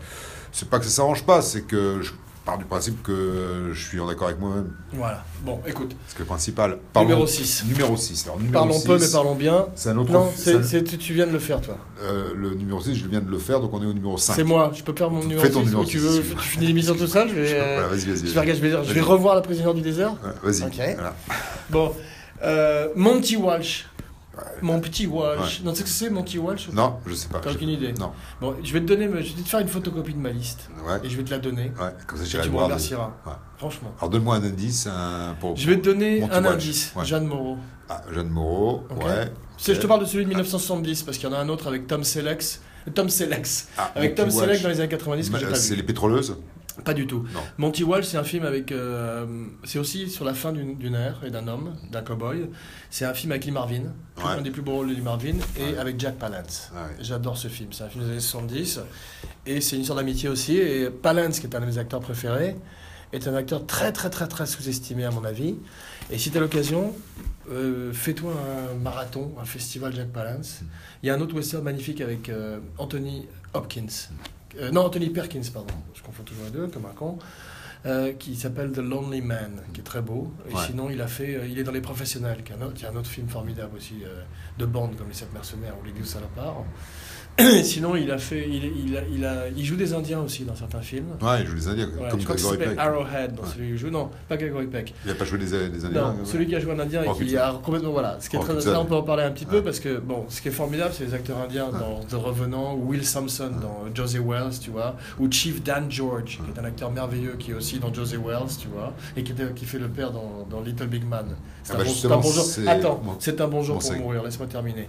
S2: C'est pas que ça s'arrange pas, c'est que je pars du principe que je suis en accord avec moi-même.
S1: Voilà. Bon, écoute.
S2: C'est que le principal.
S1: Numéro six.
S2: Numéro 6. Alors, numéro
S1: Parlons peu,
S2: six,
S1: mais parlons bien.
S2: C'est un autre.
S1: Non,
S2: fi-
S1: c'est-
S2: c'est un-
S1: c'est- tu tu viens de le faire, toi.
S2: euh, le numéro 6, je viens de le faire, donc on est au numéro 5.
S1: C'est moi, je peux faire mon
S2: Fais
S1: numéro
S2: ton
S1: 6
S2: numéro
S1: ou tu
S2: six,
S1: veux,
S2: si tu
S1: tu
S2: veux.
S1: finis l'émission tout seul, je vais,
S2: Voilà,
S1: euh,
S2: vas-y,
S1: je
S2: vas-y.
S1: vais,
S2: vas-y.
S1: regarder- je vais, je vais
S2: Vas-y.
S1: revoir La Prisonnière du désert.
S2: Ouais, Vas-y.
S1: Ok.
S2: Voilà.
S1: Bon, euh, Monty Walsh. Mon petit Walsh.
S2: Ouais.
S1: Non, tu sais ce que c'est, Monty Walsh
S2: Non, je sais pas.
S1: T'as
S2: je-
S1: aucune idée
S2: Non.
S1: Bon, je vais te donner, je vais te faire une photocopie de ma liste
S2: Ouais.
S1: et je vais te la donner.
S2: Ouais, comme ça,
S1: Et
S2: j'irai
S1: tu me
S2: voir. des-
S1: remercieras,
S2: Ouais.
S1: franchement.
S2: Alors, donne-moi un indice. un- pour...
S1: Je vais te donner
S2: Monty
S1: un
S2: Walsh,
S1: indice,
S2: ouais.
S1: Jeanne Moreau.
S2: Ah, Jeanne Moreau,
S1: Ok.
S2: ouais.
S1: C'est- Je te parle de celui de 1970 parce qu'il y en a un autre avec Tom Selleck. Tom Selleck.
S2: Ah,
S1: Avec Tom
S2: Monty
S1: Selleck
S2: Walsh.
S1: dans les années 90 que j'ai
S2: Ma-
S1: pas
S2: Bah, C'est
S1: vu.
S2: les pétroleuses
S1: Pas du tout.
S2: Non.
S1: Monty Walsh, c'est un film avec. euh, c'est aussi sur la fin d'une d'une ère et d'un homme, d'un cowboy. C'est un film avec Lee Marvin, plus-
S2: Ouais.
S1: un des plus beaux rôles de Lee Marvin, et
S2: Ouais.
S1: avec Jack Palance.
S2: Ah ouais.
S1: J'adore ce film, c'est un film des années 70. Et c'est une histoire d'amitié aussi. Et Palance, qui est un de mes acteurs préférés, est un acteur très, très, très, très sous-estimé, à mon avis. Et si tu as l'occasion, euh, fais-toi un marathon, un festival Jack
S2: Mm.
S1: Palance. Il y a un autre western magnifique avec euh, Anthony Hopkins. Euh, non, Anthony Perkins, pardon. Je confonds toujours les deux, comme un con. Euh, qui s'appelle The Lonely Man, qui est très beau. Et
S2: Ouais.
S1: sinon, il a fait, euh, il est dans Les Professionnels, qui est un autre, qui est un autre film formidable aussi, euh, de bande, comme Les Sept Mercenaires ou Les Deux Salopards. Sinon, il a fait, il, il, a- il a- il joue des Indiens aussi dans certains films.
S2: Ouais, il joue les Indiens,
S1: Voilà,
S2: comme
S1: je crois que ça
S2: Gregory
S1: s'appelle
S2: Peck.
S1: Arrowhead dans
S2: Ouais.
S1: celui où il joue. Non, pas Gregory Peck.
S2: Il n'a pas joué les, les Indiens.
S1: Non,
S2: ouais.
S1: celui qui a joué un Indien et qui
S2: Rocketman.
S1: a complètement. Voilà. Ce qui est très
S2: Rocketman.
S1: là, on peut en parler un petit
S2: Oh, Ouais.
S1: peu parce que, bon, ce qui est formidable, c'est les acteurs indiens dans The Revenant, ou Will Sampson dans Josie Wells, tu vois, ou Chief Dan George, qui est un acteur merveilleux qui est aussi dans Josie Wells, tu vois, et qui, était- qui fait le père dans, dans Little Big Man. C'est
S2: Ah
S1: un,
S2: bah
S1: bon- c'est un
S2: justement,
S1: bonjour.
S2: c'est-
S1: Attends,
S2: moi-
S1: c'est un bonjour
S2: moi,
S1: pour
S2: c'est-
S1: mourir, laisse-moi terminer.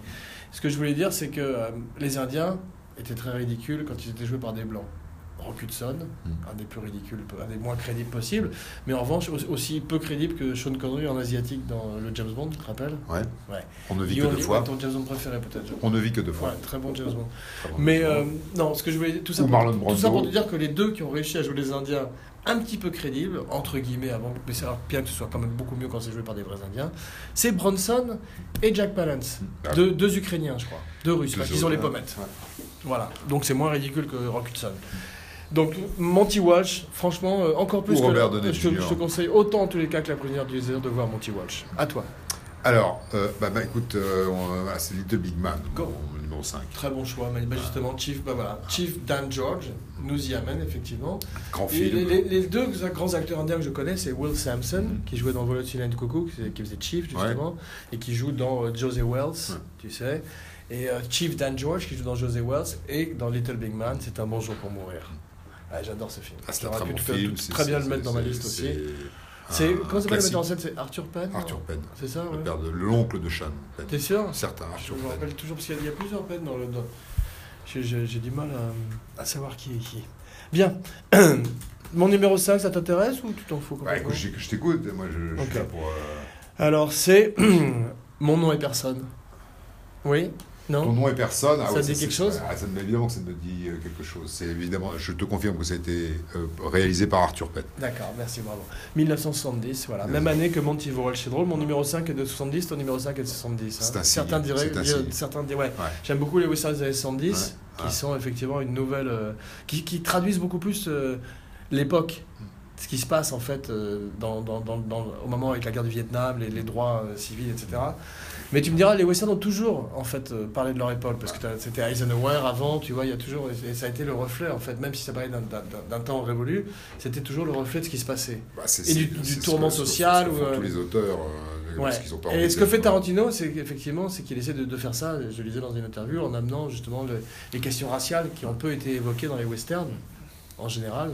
S1: Ce que je voulais dire, c'est que euh, les Indiens étaient très ridicules quand ils étaient joués par des Blancs. Rock Hudson, un des plus ridicules, un des moins crédibles possibles, mais en revanche au- aussi peu crédible que Sean Connery en asiatique dans le James Bond, tu te rappelles
S2: Ouais.
S1: Ouais.
S2: On ne vit
S1: You
S2: que
S1: Only-
S2: deux fois.
S1: Ton James Bond préféré peut-être. je-
S2: On ne vit que deux
S1: Ouais,
S2: fois.
S1: très bon James Bond.
S2: Pardon.
S1: Mais euh, non, ce que je voulais dire, tout ça,
S2: Ou
S1: pour,
S2: Marlon
S1: tout ça
S2: Brando.
S1: pour te dire que les deux qui ont réussi à jouer les Indiens un petit peu crédibles, entre guillemets, avant, mais c'est alors bien que ce soit quand même beaucoup mieux quand c'est joué par des vrais Indiens, c'est Bronson et Jack Palance.
S2: Ah,
S1: Deux, deux Ukrainiens, je crois. Deux Russes,
S2: deux
S1: parce
S2: choses,
S1: qu'ils ont les
S2: ouais.
S1: pommettes.
S2: Ouais.
S1: Voilà. Donc c'est moins ridicule que Rock Hudson. Donc Monty Walsh, franchement, euh, encore plus
S2: Ou
S1: que
S2: Robert Downey
S1: je, te-
S2: Jr..
S1: je te conseille autant en tous les cas que la prisonnière du désert de voir Monty Walsh. À toi.
S2: Alors, euh, bah, bah, écoute, euh, on- voilà, c'est Little Big Man,
S1: Go.
S2: mon numéro 5.
S1: Très bon choix, mais bah, justement Chief, bah, voilà. Chief Dan George nous y amène effectivement.
S2: Grand
S1: Et
S2: film.
S1: Les, les- les deux grands acteurs indiens que je connais, c'est Will Sampson,
S2: Mm.
S1: qui jouait dans Volatile and Cuckoo, qui, qui faisait Chief, justement, et qui joue dans euh, Josie Wells,
S2: Ouais.
S1: tu sais, et euh, Chief Dan George, qui joue dans Josie Wells, et dans Little Big Man, c'est un bon jour pour mourir. Ah, J'adore ce film.
S2: Ah, c'est un
S1: J'aurais
S2: très
S1: pu
S2: bon
S1: te-
S2: film.
S1: te-
S2: c'est-
S1: très bien
S2: c'est-
S1: le mettre dans ma
S2: c'est-
S1: liste aussi.
S2: C'est
S1: C'est
S2: un
S1: comment s'appelle le
S2: classique.
S1: metteur en scène C'est Arthur Penn. non
S2: Arthur Penn,
S1: C'est ça,
S2: le
S1: ouais.
S2: père de l'oncle de Sean Penn.
S1: T'es sûr
S2: Certain,
S1: Je
S2: Arthur
S1: me
S2: Penn.
S1: rappelle toujours parce qu'il y a plusieurs peines dans le. dans- J'ai- J'ai j'ai du mal à, à savoir qui est qui. Bien. Mon numéro 5, ça t'intéresse ou tu t'en fous
S2: Bah,
S1: complètement
S2: écoute, je, je t'écoute, moi je, je
S1: Ok.
S2: suis là pour. euh,
S1: Alors, c'est Mon nom est personne. Oui
S2: Ton
S1: Non
S2: nom et personne.
S1: Ça dit quelque
S2: c'est-
S1: chose
S2: ah, ça me- Évidemment que ça me dit euh, quelque chose. C'est évidemment, je te confirme que ça a été euh, réalisé par Arthur Penn.
S1: D'accord, merci, bravo. 1970, voilà.
S2: Mmh.
S1: Même année que Monty Walsh. C'est drôle, mon numéro 5 est de 70, ton numéro 5 est de 70. hein.
S2: C'est un signe,
S1: Certains diraient.
S2: c'est un
S1: diraient-
S2: signe.
S1: certains diraient- ouais. J'aime beaucoup les westerns des années 70,
S2: Ouais,
S1: qui
S2: ouais.
S1: sont effectivement une nouvelle. euh, qui, qui traduisent beaucoup plus euh, l'époque, ce qui se passe en fait euh, dans, dans- dans- dans- au moment avec la guerre du Vietnam, les, les droits euh, civils, etc. Mais tu me diras, les westerns ont toujours en fait euh, parlé de leur époque, parce que t'as- c'était Eisenhower avant, tu vois, il y a toujours. Et ça a été le reflet en fait, même si ça parlait d'un- d'un d'un- d'un temps révolu, c'était toujours le reflet de ce qui se passait.
S2: Bah, c'est-
S1: Et
S2: c'est-
S1: du- du
S2: c'est ce
S1: tourment
S2: que- ce que-
S1: social
S2: ce que
S1: ou,
S2: font
S1: euh,
S2: Tous les auteurs, euh,
S1: Ouais.
S2: parce qu'ils ont pas
S1: Et
S2: envie
S1: ce
S2: de-
S1: que fait Tarantino, c'est qu'effectivement, c'est qu'il essaie de, de faire ça, je le disais dans une interview, en amenant justement le- les questions raciales qui ont peu été évoquées dans les westerns, en général,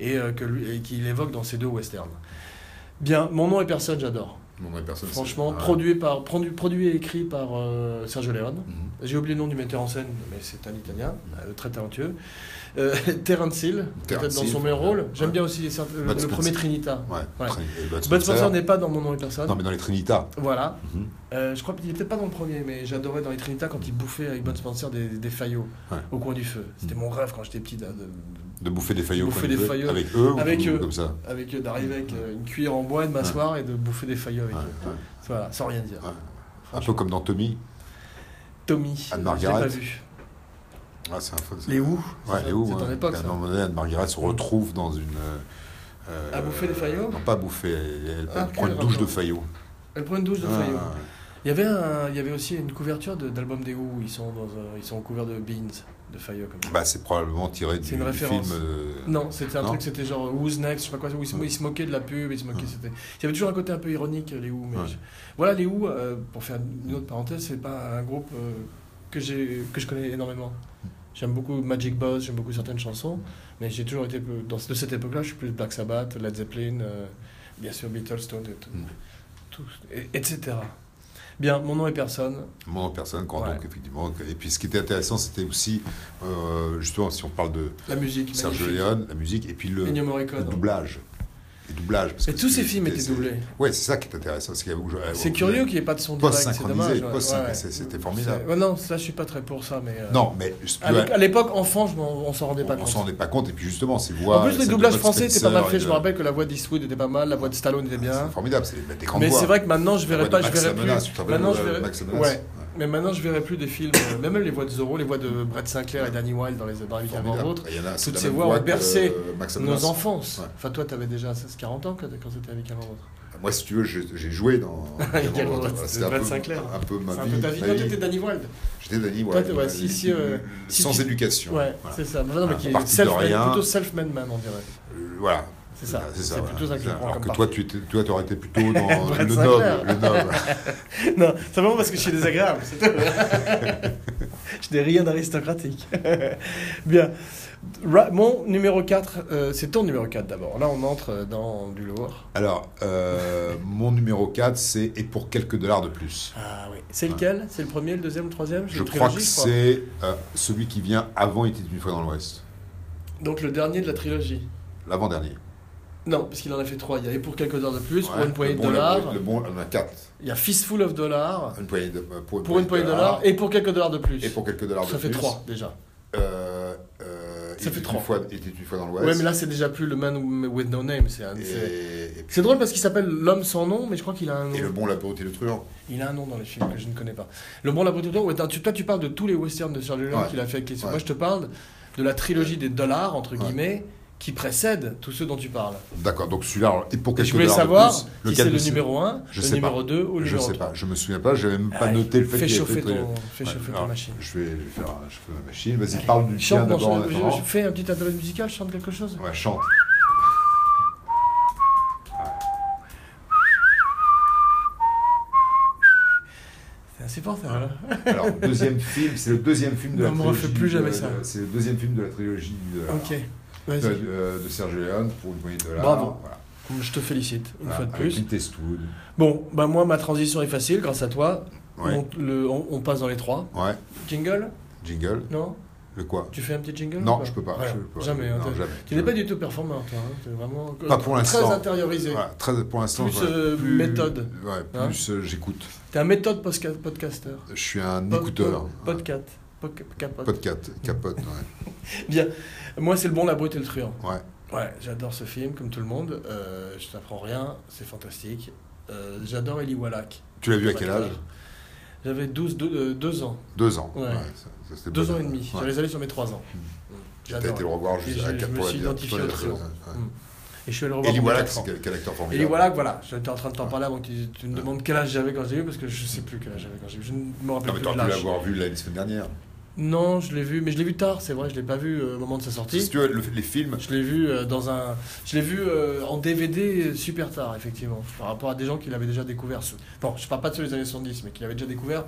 S1: et euh, que lui- et qu'il évoque dans ces deux westerns. Bien, Mon nom et personne, j'adore.
S2: Mon nom et personne. c'est-
S1: Franchement,
S2: ouais.
S1: produit, par, produit, produit et écrit par euh, Sergio Leone.
S2: Mhm.
S1: J'ai oublié le nom du metteur en scène, mais c'est un Italien, euh, très talentueux. Euh, Terence Hill, peut-être
S2: Terence
S1: dans
S2: Hill,
S1: son meilleur
S2: ouais.
S1: rôle. J'aime
S2: Ouais.
S1: bien aussi les certes- le,
S2: Bud
S1: le
S2: Spencer.
S1: premier Trinita.
S2: Ouais.
S1: Ouais.
S2: Très- et Bud
S1: Bud
S2: Spencer.
S1: Spencer n'est pas dans Mon nom et personne.
S2: Non, mais dans les Trinitas.
S1: Voilà.
S2: Mhm.
S1: Euh, je crois qu'il était pas dans le premier, mais j'adorais dans les Trinitas quand il bouffait avec Bud Spencer des, des faillots
S2: Ouais. Mm.
S1: au coin du feu. C'était mon rêve quand j'étais petit d'a- de-
S2: De bouffer des faillots.
S1: bouffer
S2: quoi,
S1: des
S2: ils veulent.
S1: faillots.
S2: Avec eux ou
S1: Avec eux.
S2: Comme ça.
S1: avec d'arriver avec euh, une cuillère en bois, de m'asseoir et de bouffer des faillots avec
S2: Ouais,
S1: eux.
S2: ouais.
S1: Voilà, sans rien dire.
S2: Ouais. Un peu comme dans Tommy.
S1: Tommy, je l'ai
S2: Anne-Margaret.
S1: pas vu.
S2: Ah, c'est un faux.
S1: Les Who
S2: Ouais,
S1: C'est-
S2: les Who,
S1: C'est
S2: hein.
S1: ton époque,
S2: À un
S1: ça.
S2: moment donné, Anne-Margaret se retrouve dans une. euh, euh,
S1: À bouffer des faillots
S2: Non, pas à bouffer. Elle, elle
S1: Ah,
S2: prend une
S1: quel
S2: douche de
S1: rapport
S2: faillots.
S1: Elle prend une douche de
S2: Ah,
S1: faillots. Il y avait, un- il y avait aussi une couverture de- d'album des Who où ils sont, dans un- ils sont couverts de beans, de faillots comme ça.
S2: Bah, c'est probablement tiré du
S1: C'est une
S2: du film.
S1: référence.
S2: euh,
S1: Non, c'était un
S2: Non.
S1: truc, c'était genre euh, Who's Next, je sais pas quoi, où ils se,
S2: Ouais.
S1: ils se moquaient de la pub, ils se moquaient,
S2: Ouais.
S1: c'était... Il y avait toujours un côté un peu ironique, les Who. Mais
S2: Ouais.
S1: je- Voilà, les Who, euh, pour faire une autre parenthèse, c'est pas un groupe euh, que, j'ai, que je connais énormément. J'aime beaucoup Magic Boss, j'aime beaucoup certaines chansons, mais j'ai toujours été, peu- dans, de cette époque-là, je suis plus Black Sabbath, Led Zeppelin, euh, bien sûr Beatles, Stones, et tout,
S2: Mm.
S1: tout- et- etc. Bien, mon nom est personne.
S2: Moi en personne, quand
S1: Ouais.
S2: donc effectivement. que- Et puis ce qui était intéressant, c'était aussi, euh, justement, si on parle de
S1: La musique,
S2: Serge
S1: magnifique.
S2: Leone, la musique, et puis le,
S1: Ennio
S2: le
S1: Morricone.
S2: doublage. Le doublage. parce
S1: Et
S2: que
S1: tous
S2: c'est-
S1: ces films étaient
S2: c'est-
S1: doublés.
S2: Ouais, c'est ça qui est intéressant. C'est, qu'il y avait- euh,
S1: C'est
S2: euh,
S1: curieux qu'il n'y ait pas de son direct, c'est
S2: Post-synchronisé,
S1: dommage. ouais,
S2: post-synch-
S1: ouais.
S2: c'est- c'était formidable.
S1: C'est- ouais, non, ça, je suis pas très pour ça, mais. euh,
S2: Non, mais je-
S1: À l'é- à l'époque, enfant, je m'en- on s'en rendait
S2: on,
S1: pas
S2: on s'en
S1: compte.
S2: rendait pas compte. Et puis justement, ces voix.
S1: En plus, les
S2: celles de
S1: doublages
S2: Bud
S1: français étaient pas mal
S2: Spencer
S1: faits.
S2: et
S1: Je
S2: de-
S1: me rappelle que la voix d'Eastwood était pas mal, la voix de Stallone était bien.
S2: C'est formidable, c'est des, des grandes
S1: Mais
S2: voix.
S1: c'est vrai que maintenant, je
S2: La voix
S1: verrais
S2: de
S1: pas, je
S2: Max
S1: verrais
S2: Amenas,
S1: plus.
S2: tu te rappelles
S1: Maintenant,
S2: de,
S1: je
S2: euh,
S1: verrais.
S2: Max Amenas
S1: Ouais. Mais maintenant, je verrais plus des films, euh, même les voix de Zorro, les voix de Brett Sinclair et Danny Wilde dans les dans la vie avant
S2: Formidable.
S1: l'autre.
S2: Et il y en a, c'est
S1: Toutes
S2: la
S1: ces
S2: même
S1: voix ont
S2: que,
S1: bercé
S2: euh, Max Amenas.
S1: Nos enfances.
S2: Ouais.
S1: Enfin, toi, t'avais déjà 16, 40 ans quand quand c'était avec avant l'autre.
S2: Moi, si tu veux, j'ai j'ai joué dans.
S1: Il y a
S2: dans-
S1: Rod-
S2: voilà, c'est
S1: Rod
S2: un peu-
S1: Sinclair.
S2: Un peu ma
S1: C'est un
S2: vie.
S1: peu ta vie.
S2: ma
S1: Toi,
S2: vie.
S1: t'étais Danny Wilde.
S2: J'étais Danny
S1: Toi,
S2: Wilde.
S1: t'es- ouais, si, si, euh, si
S2: sans
S1: tu-
S2: éducation.
S1: Ouais,
S2: Voilà.
S1: c'est ça. Non, mais
S2: Voilà,
S1: qui est
S2: parti de
S1: self
S2: rien.
S1: plutôt self-made man, on dirait.
S2: Euh, voilà.
S1: C'est ça.
S2: C'est ça,
S1: C'est
S2: voilà.
S1: plutôt ça que je prends
S2: Alors
S1: comme
S2: que
S1: parti.
S2: toi, tu étais- toi, t'aurais été plutôt dans
S1: Brad
S2: le
S1: Sinclair.
S2: noble. Le noble.
S1: Non, c'est vraiment parce que je suis désagréable, c'est tout. je n'ai rien d'aristocratique. Bien. Ra- mon numéro 4, c'est ton numéro 4 d'abord. Là, on entre euh, dans du lourd.
S2: Alors, euh, mon numéro 4, c'est Et pour quelques dollars de plus.
S1: Ah oui. C'est lequel C'est le premier, le deuxième, le troisième C'est
S2: Je
S1: une
S2: crois que
S1: trilogie,
S2: c'est euh, celui qui vient avant était une fois dans l'Ouest.
S1: Donc le dernier de la trilogie.
S2: L'avant-dernier.
S1: Non, parce qu'il en a fait trois. Il y avait pour quelques heures de plus, pour
S2: Ouais,
S1: une poignée
S2: le
S1: de
S2: bon, le
S1: dollars.
S2: bon, Le bon, on a 4.
S1: Il y a Fistful of Dollars,
S2: Une poignée de, euh, pour une,
S1: pour une poignée de dollars, et pour quelques dollars de plus.
S2: et pour quelques dollars de
S1: Ça fait
S2: plus.
S1: trois, déjà.
S2: Euh, euh,
S1: Ça fait
S2: était une
S1: trois.
S2: fois- était une fois dans l'Ouest.
S1: Ouais, mais là, c'est déjà plus le Man with No Name. c'est un- C'est
S2: et, et puis-
S1: c'est drôle parce qu'il s'appelle L'homme sans nom, mais je crois qu'il a un nom.
S2: et le bon, la beauté, le truand.
S1: Il a un nom dans les films que je ne connais pas. Le bon laboratoire, ouais, tu, toi tu parles de tous les westerns de Charlie Long
S2: Ouais.
S1: qu'il a fait avec les-
S2: Ouais.
S1: Moi je te parle de la trilogie des dollars, entre
S2: Ouais.
S1: guillemets, qui précède tous ceux dont tu parles.
S2: D'accord, donc celui-là, alors, et pour
S1: Et
S2: quelques
S1: je voulais
S2: dollars
S1: savoir
S2: de plus,
S1: si
S2: lequel
S1: c'est le
S2: de ces-
S1: numéro 1,
S2: Je
S1: le
S2: sais
S1: numéro 2 ou le
S2: Je
S1: numéro
S2: sais
S1: 3.
S2: pas, je me souviens pas, j'avais même pas
S1: Allez,
S2: noté le fait
S1: fais
S2: qu'il y avait
S1: chauffer
S2: fait le-
S1: ton- fais chauffer ton
S2: alors,
S1: machine.
S2: Je vais, je vais faire, un- je fais ma machine. Vas-y, parle du chien
S1: Chante, non,
S2: d'abord. en
S1: je- je-
S2: attendant.
S1: je fais un petit interlude musical, je chante quelque chose.
S2: Ouais, chante.
S1: C'est insupportable. hein.
S2: Alors, deuxième film, c'est le deuxième film de
S1: Non,
S2: la
S1: me
S2: trilogie.
S1: refais plus jamais
S2: de-
S1: ça.
S2: de- C'est le deuxième film de la trilogie de,
S1: Ok,
S2: de,
S1: vas-y.
S2: euh, de- de Serge Leone pour une poignée de dollars.
S1: Bravo.
S2: Voilà.
S1: Je te félicite, une
S2: Voilà,
S1: fois de
S2: Ah, avec
S1: plus.
S2: Clint Eastwood.
S1: Bon, bah moi ma transition est facile grâce à toi.
S2: Ouais.
S1: On, le- on- on passe dans les trois.
S2: Ouais.
S1: Jingle
S2: Jingle.
S1: Non
S2: Le quoi
S1: Tu fais un petit jingle ou
S2: Non, je peux pas.
S1: Voilà.
S2: je peux pas.
S1: Jamais. hein,
S2: Non,
S1: t'as-
S2: jamais.
S1: Tu n'es pas du tout performeur, toi. hein. T'es vraiment
S2: Pas pour l'instant.
S1: très intériorisé.
S2: Voilà, très, pour l'instant,
S1: Plus,
S2: voilà,
S1: euh, méthode.
S2: Ouais,
S1: Hein
S2: plus euh, j'écoute.
S1: T'es un méthode posca- podcaster.
S2: Je suis un
S1: Pod-
S2: écouteur.
S1: pod- Podcat. Poc- capote.
S2: Podcast, capote, ouais.
S1: Bien. Moi, c'est le bon, la brute et le truand.
S2: ouais.
S1: Ouais, j'adore ce film, comme tout le monde. Euh, je t'apprends rien, c'est fantastique. Euh, j'adore Eli Wallach.
S2: Tu l'as vu à quel âge
S1: J'avais 12, 2, ans.
S2: Deux ans.
S1: Ouais.
S2: ça- ça, c'était
S1: 2
S2: pas
S1: ans et
S2: mal.
S1: demi.
S2: Ouais.
S1: J'avais allé sur mes 3 ans. Hmm.
S2: T'as été le revoir
S1: Et
S2: juste
S1: je-
S2: à
S1: je
S2: 4
S1: me
S2: pour la
S1: suis
S2: dire.
S1: identifié
S2: Toi,
S1: au
S2: les-
S1: trio.
S2: ouais.
S1: Mm. Et je suis allé le revoir.
S2: Eli
S1: pour mes
S2: Wallach,
S1: quatre ans.
S2: c'est quel, quel acteur
S1: Et
S2: formidable.
S1: voilà, voilà, j'étais en train de t'en parler avant que tu, tu me demandes quel âge j'avais quand j'ai vu, parce que je sais plus quel âge j'avais quand j'ai vu. Je ne me rappelle
S2: Non, mais
S1: plus
S2: t'aurais
S1: de
S2: pu
S1: l'âge.
S2: l'avoir vu la semaine dernière.
S1: Non, je l'ai vu, mais je l'ai vu tard, c'est vrai, je l'ai pas vu euh, au moment de sa
S2: Si
S1: sortie.
S2: tu veux, le- les films,
S1: Je l'ai vu euh, dans un, je l'ai vu euh, en DVD super tard, effectivement, par rapport à des gens qui l'avaient déjà découvert. ceux- Bon, je parle pas de ceux des années 70, mais qui l'avaient déjà découvert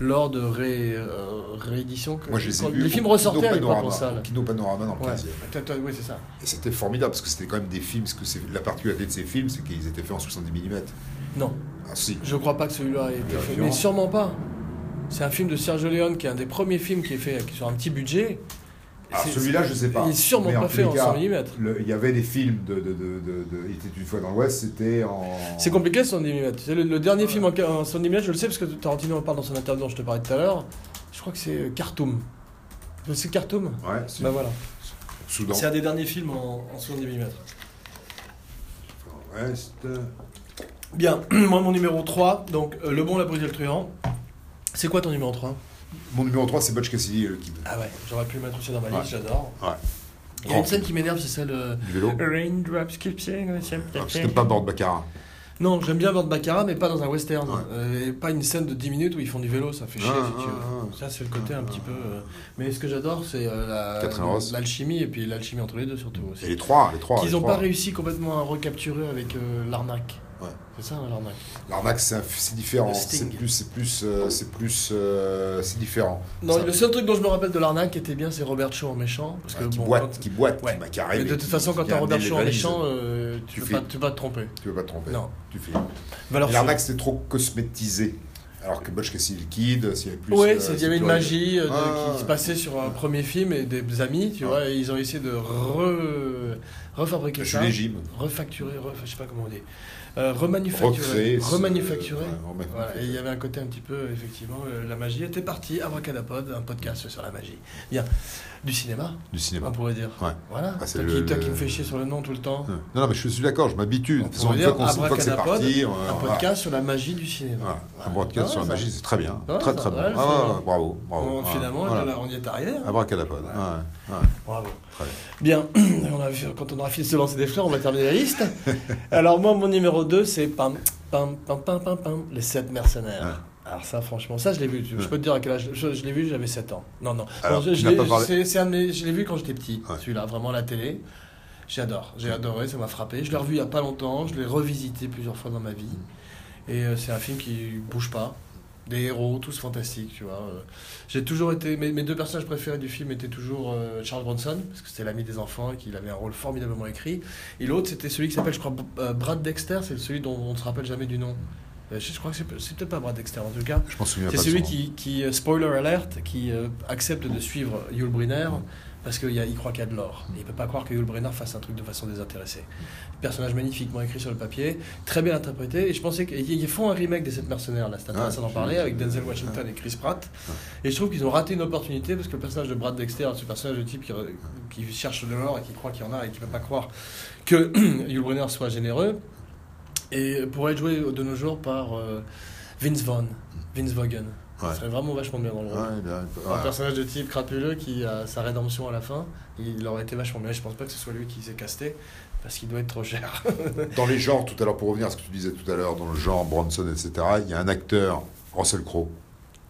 S1: lors de ré, euh, rééditions. que-
S2: moi je les ai
S1: quand-
S2: vus.
S1: les
S2: au
S1: films
S2: Kino
S1: ressortaient à l'époque en
S2: Panorama,
S1: salle.
S2: au Kino Panorama dans le
S1: Ouais,
S2: 15e.
S1: Toi, toi, oui, c'est ça.
S2: Et c'était formidable parce que c'était quand même des films. Parce que c'est- la particularité de ces films, c'est qu'ils étaient faits en 70 mm.
S1: Non,
S2: Ah si.
S1: Je crois pas que celui-là ait été
S2: Bien
S1: fait.
S2: sûr.
S1: Mais sûrement pas. C'est un film de Sergio Leone qui est un des premiers films qui est fait avec- sur un petit budget.
S2: Alors
S1: C'est-
S2: Ah, celui-là, je sais pas.
S1: Il est sûrement
S2: Mais
S1: pas
S2: tous
S1: fait
S2: les
S1: en
S2: cas,
S1: 100 mm.
S2: le- Il y avait des films de, de, de, de, de- Il était une fois dans l'Ouest, c'était en.
S1: C'est compliqué ce 110 mm. C'est le, le dernier film en, en 110 mm, je le sais parce que Tarantino en parle dans son interview dont je te parlais tout à l'heure. Je crois que c'est euh, Khartoum. C'est Khartoum
S2: Ouais, c'est
S1: Bah voilà.
S2: Soudan.
S1: C'est un des derniers films en, en 110 mm.
S2: en Ouest.
S1: Bien, moi mon numéro 3, donc euh, Le Bon, la Brute et le Truand. C'est quoi ton numéro 3
S2: Mon numéro 3, c'est Butch Cassidy et le Kid.
S1: Ah ouais, j'aurais pu le mettre aussi dans ma liste, j'adore.
S2: Ouais.
S1: Il y a une scène qui m'énerve, c'est celle. euh,
S2: Du vélo.
S1: Raindrops keep saying the same
S2: Ah, parce que
S1: thing.
S2: t'aimes pas Bord Baccarat.
S1: Non, j'aime bien Bord Baccarat, mais pas dans un western.
S2: Ouais.
S1: Euh, et pas une scène de 10 minutes où ils font du vélo, ça fait chier
S2: Ah,
S1: si tu veux.
S2: ah, ah.
S1: Ça, c'est le côté un
S2: Ah,
S1: petit
S2: ah,
S1: peu. euh, Mais ce que j'adore, c'est euh,
S2: Catherine Ross.
S1: la- l'alchimie et puis l'alchimie entre les deux surtout
S2: Et
S1: aussi.
S2: les trois, les trois.
S1: Qu'ils
S2: les
S1: n'ont
S2: trois.
S1: pas réussi complètement à recapturer avec euh, l'arnaque.
S2: Ouais.
S1: C'est ça hein, l'arnaque.
S2: L'arnaque, c'est un- c'est différent.
S1: Le
S2: C'est
S1: Sting.
S2: plus, c'est plus, euh, c'est plus, euh, c'est différent.
S1: Non,
S2: Ça-
S1: le seul truc dont je me rappelle de l'arnaque qui était bien, c'est Robert Shaw en méchant. Parce que
S2: Ouais, qui,
S1: bon,
S2: boite,
S1: quand-
S2: qui boite,
S1: Ouais.
S2: qui m'a carré,
S1: mais
S2: mais
S1: de toute
S2: qui-
S1: façon, quand
S2: qui
S1: t'as
S2: a
S1: Robert
S2: amené les
S1: Shaw en méchant,
S2: valises.
S1: euh, tu,
S2: Tu
S1: peux
S2: fais-
S1: pas, tu peux pas te tromper.
S2: Tu veux pas te tromper.
S1: Non.
S2: Tu fais.
S1: Valeur sûre.
S2: L'arnaque, c'était trop cosmétisé. Alors que Butch Cassidy et le Kid, s'il y avait plus.
S1: Ouais,
S2: euh,
S1: c'est- il y avait une
S2: plus-
S1: magie euh, de-
S2: Ah,
S1: qui se passait sur un premier film et des amis, tu
S2: Ah.
S1: vois, et ils ont essayé de re- refabriquer
S2: Je suis
S1: ça,
S2: légitime.
S1: refacturer, re- je sais pas comment on dit, euh, remanufacturer,
S2: Recréer. euh, ce-
S1: remanufacturer.
S2: ouais, remanufacturer.
S1: Voilà, et il y avait un côté un petit peu, effectivement, euh, la magie était partie, Abracadapod, un podcast sur la magie. Bien, du cinéma,
S2: Du cinéma.
S1: on pourrait dire.
S2: Ouais.
S1: Voilà,
S2: Ah, c'est
S1: toi,
S2: le-
S1: qui, toi qui
S2: le-
S1: me fais chier sur le nom tout le temps.
S2: Ah. Non, non, mais je suis d'accord, je m'habitue. De
S1: On
S2: toute façon,
S1: pourrait
S2: une
S1: dire
S2: fois qu'on- une fois que c'est
S1: abracadapod,
S2: parti, on-
S1: Un
S2: voilà.
S1: podcast sur la magie du cinéma.
S2: Voilà,
S1: Voilà.
S2: un broadcast
S1: Ah,
S2: sur la
S1: ça-
S2: magie, c'est très bien.
S1: Ouais,
S2: très,
S1: ça
S2: très
S1: va,
S2: bon.
S1: ça va.
S2: Ah, bravo, bravo.
S1: Bon,
S2: Voilà,
S1: Finalement,
S2: voilà.
S1: là, on y est arrivé. hein.
S2: Abracadapod. ouais, ouais.
S1: Bravo.
S2: Très bien.
S1: Bien, on a vu- quand on aura fini de se lancer des fleurs, on va terminer la liste. Alors moi, mon numéro 2, c'est pam, pam, pam, pam, pam, pam, les 7 mercenaires.
S2: Ah.
S1: Alors ça, franchement, ça, je l'ai vu. Je
S2: Ouais.
S1: peux te dire à quel âge. Je, je l'ai vu, j'avais 7 ans. Non, non.
S2: Ah. Alors,
S1: je
S2: tu
S1: je
S2: n'as
S1: l'ai-
S2: pas parlé- Ah
S1: c'est- c'est un de mes- je l'ai vu quand j'étais petit,
S2: Ouais.
S1: celui-là, vraiment à la télé. J'adore, j'ai adoré, ça m'a frappé. Je l'ai revu il n'y a pas longtemps, je l'ai revisité plusieurs fois dans ma vie. Et euh, c'est un film qui bouge pas. Des héros, tous fantastiques, tu vois. euh. J'ai toujours été. Mes, mes deux personnages préférés du film étaient toujours euh, Charles Bronson, parce que c'était l'ami des enfants et qu'il avait un rôle formidablement écrit. Et l'autre, c'était celui qui s'appelle, je crois, B- euh, Brad Dexter, c'est celui dont on ne se rappelle jamais du nom. Euh, Je je crois que c'est pe- c'est peut-être pas Brad Dexter en tout cas.
S2: Je m'en souviens
S1: C'est
S2: pas. de
S1: celui
S2: son nom.
S1: qui, qui, euh, spoiler alert, qui euh, accepte de suivre Yul Brynner parce qu'il y a- il croit qu'il y a de l'or. Il peut pas croire que Yul Brynner fasse un truc de façon désintéressée. Personnage magnifiquement écrit sur le papier, très bien interprété. Et je pensais qu'ils font un remake des Sept Mercenaires, là, c'est intéressant
S2: Ah,
S1: d'en parler,
S2: j'ai-
S1: avec Denzel
S2: ah.
S1: Washington et Chris Pratt. Et je trouve qu'ils ont raté une opportunité parce que le personnage de Brad Dexter, ce personnage de type qui, qui cherche de l'or et qui croit qu'il y en a et qui peut pas croire que Yul Brynner soit généreux. Et pourrait être joué de nos jours par euh, Vince Vaughn. Vince Vaughan.
S2: Ouais.
S1: Ça serait vraiment vachement bien dans le rôle.
S2: Ouais, il a-
S1: Un
S2: ouais.
S1: personnage de type crapuleux qui a sa rédemption à la fin, il aurait été vachement bien. Je pense pas que ce soit lui qui s'est casté parce qu'il doit être trop cher.
S2: Dans les genres, tout à l'heure, pour revenir à ce que tu disais tout à l'heure, dans le genre Bronson, etc., il y a un acteur, Russell Crowe.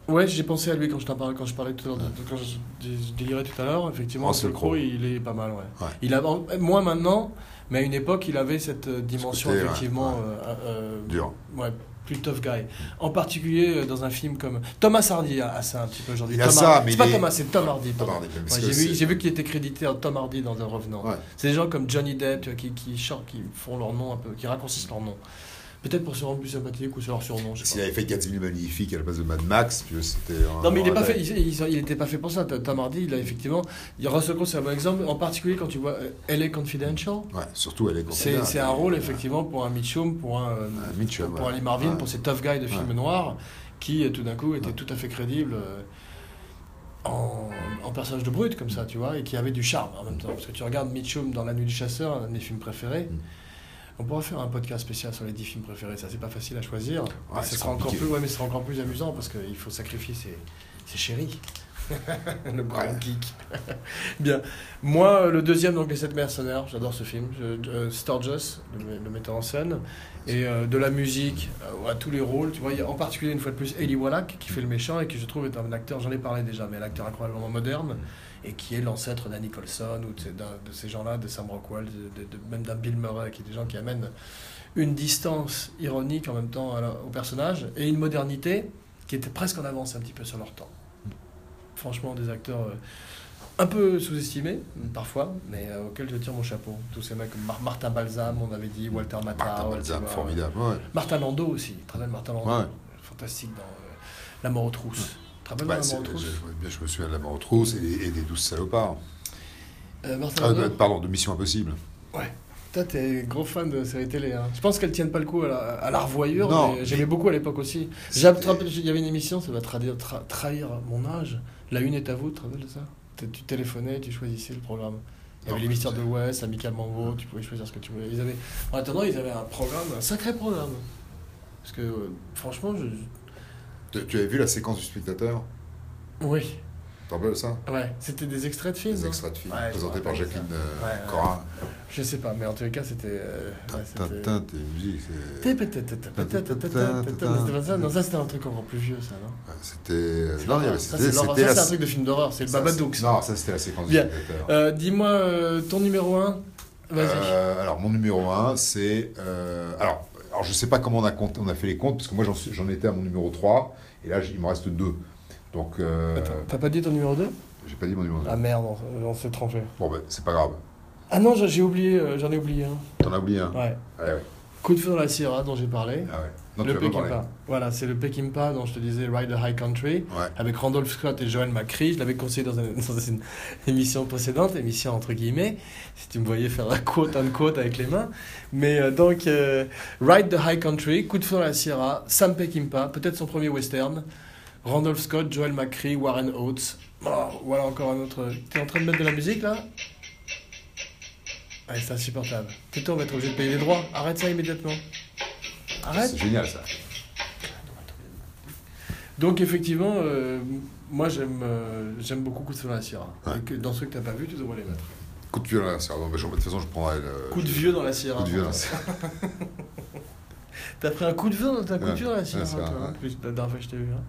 S1: Ouais, j'ai pensé à lui quand je t'en parlais, quand je parlais tout à l'heure, de- quand je, dé- je délirais tout à l'heure. Effectivement,
S2: Russell
S1: Russell Crowe,
S2: Crowe.
S1: il est pas mal. Ouais.
S2: Ouais.
S1: Il a en- moins maintenant, mais à une époque, il avait cette euh, dimension
S2: côté, ouais,
S1: effectivement
S2: ouais.
S1: euh, euh,
S2: Dur.
S1: ouais, plus tough guy. En particulier euh, dans un film comme Thomas Hardy a, a ça un petit peu aujourd'hui.
S2: Il a
S1: Thomas-
S2: ça, mais
S1: c'est pas
S2: il est-
S1: Thomas, c'est Tom Hardy.
S2: Pas
S1: pardon.
S2: mardi, parce
S1: Ouais,
S2: que
S1: j'ai vu,
S2: c'est-
S1: j'ai vu qu'il était crédité en Tom Hardy dans un revenant.
S2: Ouais.
S1: C'est des gens comme Johnny Depp tu vois, qui, qui, char- qui font leur nom un peu, qui raccourcissent leur nom. Peut-être pour se rendre plus sympathique ou sur leur surnom. Je sais
S2: S'il
S1: pas.
S2: avait fait 4000 magnifiques à la place de Mad Max, tu vois, c'était. un-
S1: Non mais il
S2: un-
S1: n'est pas fait, il, il- il était pas fait pour ça. Tom Hardy, il a effectivement, il Russell Crowe c'est un bon exemple. En particulier quand tu vois euh, L.A. Confidential,
S2: Ouais, surtout elle est
S1: c'est c'est un rôle effectivement pour un Mitchum, pour un, euh,
S2: Un Mitchum,
S1: pour
S2: ouais.
S1: Ali Marvin,
S2: Ouais.
S1: pour ces tough guys de films
S2: Ouais.
S1: noirs qui euh, tout d'un coup étaient
S2: Ouais.
S1: tout à fait crédibles euh, en, en personnage de brut comme ça, tu vois, et qui avaient du charme en même temps. Parce que tu regardes Mitchum dans La Nuit du Chasseur, un de mes films préférés.
S2: Mm.
S1: On pourra faire un podcast spécial sur les 10 films préférés, ça c'est pas facile à choisir. mais,
S2: c'est
S1: ce sera encore
S2: compliqué.
S1: plus, ouais, mais ce sera encore plus amusant parce qu'il faut sacrifier ses, ses chéris. le grand
S2: Ouais.
S1: geek. Bien. Moi, euh, le deuxième, donc Les Sept Mercenaires, j'adore ce film. Je- euh, Sturgis, le, le metteur en scène. Et euh, de la musique euh, à tous les rôles. Tu vois, il y a en particulier, une fois de plus, Eli Wallach qui fait le méchant et qui, je trouve, est un acteur, j'en ai parlé déjà, mais un acteur incroyablement moderne et qui est l'ancêtre d'Annie Colson ou de ces, d'un- de ces gens-là, de Sam Rockwell, de- de- de- même d'un Bill Murray, qui est des gens qui amènent une distance ironique en même temps à la- au personnage et une modernité qui était presque en avance un petit peu sur leur temps.
S2: Mm.
S1: Franchement, des acteurs euh, un peu sous-estimés mm, parfois, mais euh, auxquels je tire mon chapeau. Tous ces mecs comme Mar- Martin Balsam, on avait dit, Walter Matthau,
S2: Martin
S1: tu
S2: Balsam,
S1: vois.
S2: Ah, formidable. ouais.
S1: Martin Landau aussi, très bien Martin Landau,
S2: Ouais.
S1: fantastique dans euh, La mort aux trousses. Très bien
S2: Bah,
S1: La
S2: c'est-
S1: mort aux
S2: je,
S1: trousses.
S2: je- je me souviens de la mort aux trousses et, des- et des douze salopards.
S1: Euh, Martin
S2: Ah,
S1: Landau.
S2: de- pardon, de Mission Impossible.
S1: Toi, t'es gros fan de séries télé. Hein. Je pense qu'elles tiennent pas le coup à la, à la revoyure.
S2: Non,
S1: mais
S2: mais-
S1: J'aimais beaucoup à l'époque aussi. J'attrape- Il y avait une émission, ça va traduire- tra- trahir mon âge. La une est à vous, tu te rappelles de ça T- Tu téléphonais, tu choisissais le programme. Il y avait
S2: Non,
S1: les mystères
S2: je-
S1: de l'Ouest, Amical Mambo, tu pouvais choisir ce que tu voulais. Ils avaient... En attendant, ils avaient un programme, un sacré programme. Parce que, euh, franchement, je...
S2: Tu, tu avais vu la séquence du spectateur
S1: Oui,
S2: Tu te rappelles de ça
S1: ouais. C'était des extraits de films.
S2: Les
S1: hein.
S2: extraits de films
S1: Ouais, je me
S2: présentés par
S1: rappelle
S2: Jacqueline
S1: ça.
S2: euh,
S1: Ouais, ouais.
S2: Corin.
S1: Je sais pas, mais en tous les cas, c'était... euh, ouais,
S2: Tin,
S1: c'était-
S2: tin, tin, musique, c'est-
S1: C'était pas ça Non, ça c'était un truc encore plus vieux, ça, non
S2: ouais, C'était. euh, Non, il y avait-
S1: Ça,
S2: c'était-
S1: c'est l'horreur.
S2: c'était
S1: Ça,
S2: la-
S1: c'est un truc de film d'horreur, c'est le
S2: ça,
S1: Babadook.
S2: c'est-
S1: ça.
S2: Non, ça c'était la séquence du
S1: Bien.
S2: spectateur.
S1: Euh, Dis-moi euh, ton numéro 1. Vas-y.
S2: Euh, alors, mon numéro 1, c'est. euh, alors, alors, je ne sais pas comment on a, compté- on a fait les comptes, parce que moi, j'en suis- j'en étais à mon numéro 3, et là, j- il me reste 2. Donc, euh,
S1: Attends, T'as pas dit ton numéro 2
S2: j'ai pas dit mon numéro 2.
S1: Ah merde, on, on s'est trompé.
S2: Bon, ben, c'est pas grave.
S1: Ah non, j'ai j'ai oublié, euh, j'en ai oublié un.
S2: T'en as oublié un.
S1: Ouais.
S2: Ah ouais.
S1: Coup de feu dans la Sierra dont j'ai parlé.
S2: Ah ouais. Non,
S1: le
S2: tu vas pas parler.
S1: Peckinpah. Voilà, c'est le Peckinpah dont je te disais Ride the High Country.
S2: Ouais.
S1: avec Randolph Scott et Joel McCree. Je l'avais conseillé dans une, dans une émission précédente, émission entre guillemets, si tu me voyais faire la quote un quote avec les mains. Mais euh, donc, euh, Ride the High Country, Coup de feu à la Sierra, Sam Peckinpah, peut-être son premier western, Randolph Scott, Joel McCree, Warren Oates. Oh, voilà encore un autre. T'es en train de mettre de la musique là Ouais, c'est insupportable. Tais-toi, on va être obligé de payer les droits. Arrête ça immédiatement. Arrête.
S2: C'est génial, ça.
S1: Donc effectivement, euh, moi j'aime euh, j'aime beaucoup Coup de feu dans la Sierra.
S2: Ouais.
S1: Et que dans ceux que t'as pas vu, tu devrais les mettre.
S2: Coup de vieux dans la serre. Bon, ben, je- de toute façon, je prendrai le.
S1: Coup de vieux dans la Sierra.
S2: Coup de vieux dans la serre.
S1: T'as pris un coup de vin, t'as un coup de
S2: Ouais,
S1: vin, là, sinon,
S2: ouais, c'est
S1: hein,
S2: vrai,
S1: toi, en
S2: ouais.
S1: plus, la dernière fois que je t'ai vu. hein.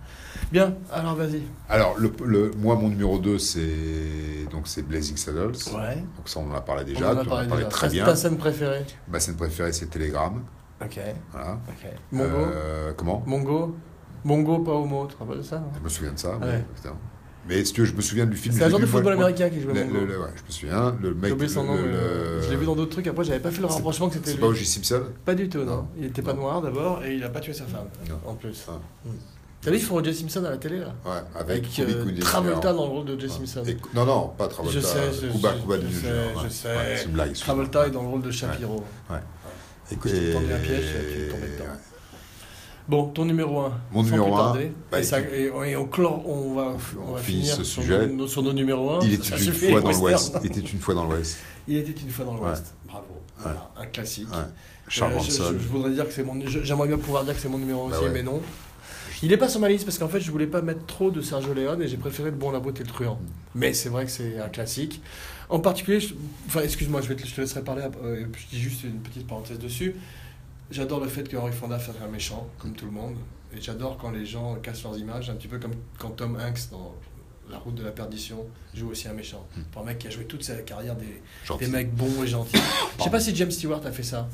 S1: Bien, alors vas-y.
S2: Alors, le, le- moi, mon numéro 2, c'est donc c'est Blazing Saddles.
S1: Ouais.
S2: Donc ça, on en a parlé
S1: on
S2: déjà.
S1: en a
S2: tu en as
S1: parlé
S2: parlé
S1: déjà.
S2: très
S1: Ça,
S2: bien.
S1: C'est ta scène préférée.
S2: Ma scène préférée, c'est Telegram.
S1: Ok,
S2: Voilà.
S1: ok. Mongo
S2: Euh, comment
S1: Mongo Mongo, pas homo, tu te rappelles de ça non
S2: Je me souviens de ça.
S1: Ouais.
S2: oui, évidemment. Mais si tu veux, je me souviens du film.
S1: C'est un
S2: je
S1: genre
S2: l'ai
S1: de
S2: vu, moi,
S1: football
S2: moi,
S1: américain qui jouait
S2: le-
S1: Mongo.
S2: le- le- ouais, je me souviens. Le mec.
S1: J'ai oublié son
S2: le-
S1: nom, mais,
S2: le-
S1: euh, je l'ai vu dans d'autres trucs, après j'avais pas fait le
S2: c'est-
S1: rapprochement que c'était
S2: C'est
S1: lui.
S2: pas O.J. Simpson
S1: Pas du tout, non.
S2: Non.
S1: Il était pas
S2: Non.
S1: noir d'abord et il a pas tué sa femme,
S2: Non.
S1: en plus.
S2: Ah.
S1: Mm. T'as vu, ils font Roger Simpson à la télé, là
S2: Ouais, avec,
S1: Avec
S2: Ruby
S1: euh,
S2: Cooper.
S1: Travolta dans le rôle de Roger
S2: Ouais.
S1: Simpson.
S2: Et- non, non, pas Travolta.
S1: Je sais, je
S2: Cuba,
S1: je-
S2: Cuba
S1: je
S2: Libre,
S1: sais,
S2: ouais.
S1: je
S2: Ouais, c'est
S1: sais.
S2: une blague, excuse-moi.
S1: Travolta est dans le rôle de Shapiro.
S2: Écoute,
S1: Je t'ai tendu un
S2: et-
S1: piège, tu es tombé dedans. Bon, ton numéro 1.
S2: Mon
S1: sans
S2: numéro
S1: plus
S2: un,
S1: tarder.
S2: bah,
S1: et, ça- et- et on, clore- on va,
S2: f-
S1: on
S2: on
S1: va
S2: finit
S1: finir
S2: ce
S1: sur
S2: sujet.
S1: nos, sur nos numéros 1.
S2: Il était une fois dans l'Ouest. Il était une fois dans l'Ouest.
S1: Il était une fois dans l'Ouest. Bravo. Voilà, un classique.
S2: Ouais. Charles
S1: Euh, je-
S2: Manson.
S1: Je, je voudrais dire que c'est mon. je- J'aimerais bien pouvoir dire que c'est mon numéro
S2: Bah
S1: aussi,
S2: ouais.
S1: mais non. Il est pas sur ma liste parce qu'en fait, je voulais pas mettre trop de Sergio Leone et j'ai préféré le bon, la beauté et le truand.
S2: Mm.
S1: Mais c'est vrai que c'est un classique. En particulier, je- enfin, excuse-moi, je, vais te- je te laisserai parler. après, euh, je dis juste une petite parenthèse dessus. J'adore le fait que Henry Fonda fasse un méchant, comme tout le monde. Et j'adore quand les gens cassent leurs images, un petit peu comme quand Tom Hanks dans La route de la perdition joue aussi un méchant.
S2: Mm.
S1: Pour un mec qui a joué toute sa carrière des,
S2: Gentil.
S1: des mecs bons et gentils. Je sais pas si James Stewart a fait ça.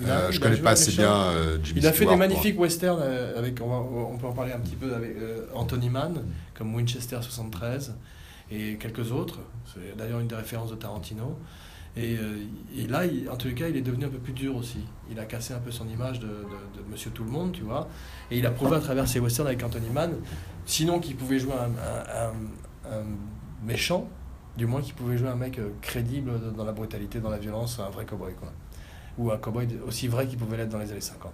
S1: Il a-
S2: Euh, je
S1: il a
S2: connais
S1: joué
S2: pas
S1: un
S2: assez
S1: méchant.
S2: bien euh, Jimmy
S1: Il a fait
S2: Stewart,
S1: des
S2: moi.
S1: magnifiques westerns euh, avec, on, va- on peut en parler un petit peu avec euh, Anthony Mann, comme Winchester 73 et quelques autres. C'est d'ailleurs une des références de Tarantino. Et, euh, et là, il- en tous les cas, il est devenu un peu plus dur aussi. Il a cassé un peu son image de, de- de Monsieur Tout le Monde, tu vois. Et il a prouvé à travers ses westerns avec Anthony Mann, sinon qu'il pouvait jouer un- un- un- un méchant, du moins qu'il pouvait jouer un mec euh, crédible dans la brutalité, dans la violence, un vrai cowboy quoi. Ou un cowboy de- aussi vrai qu'il pouvait l'être dans les années 50.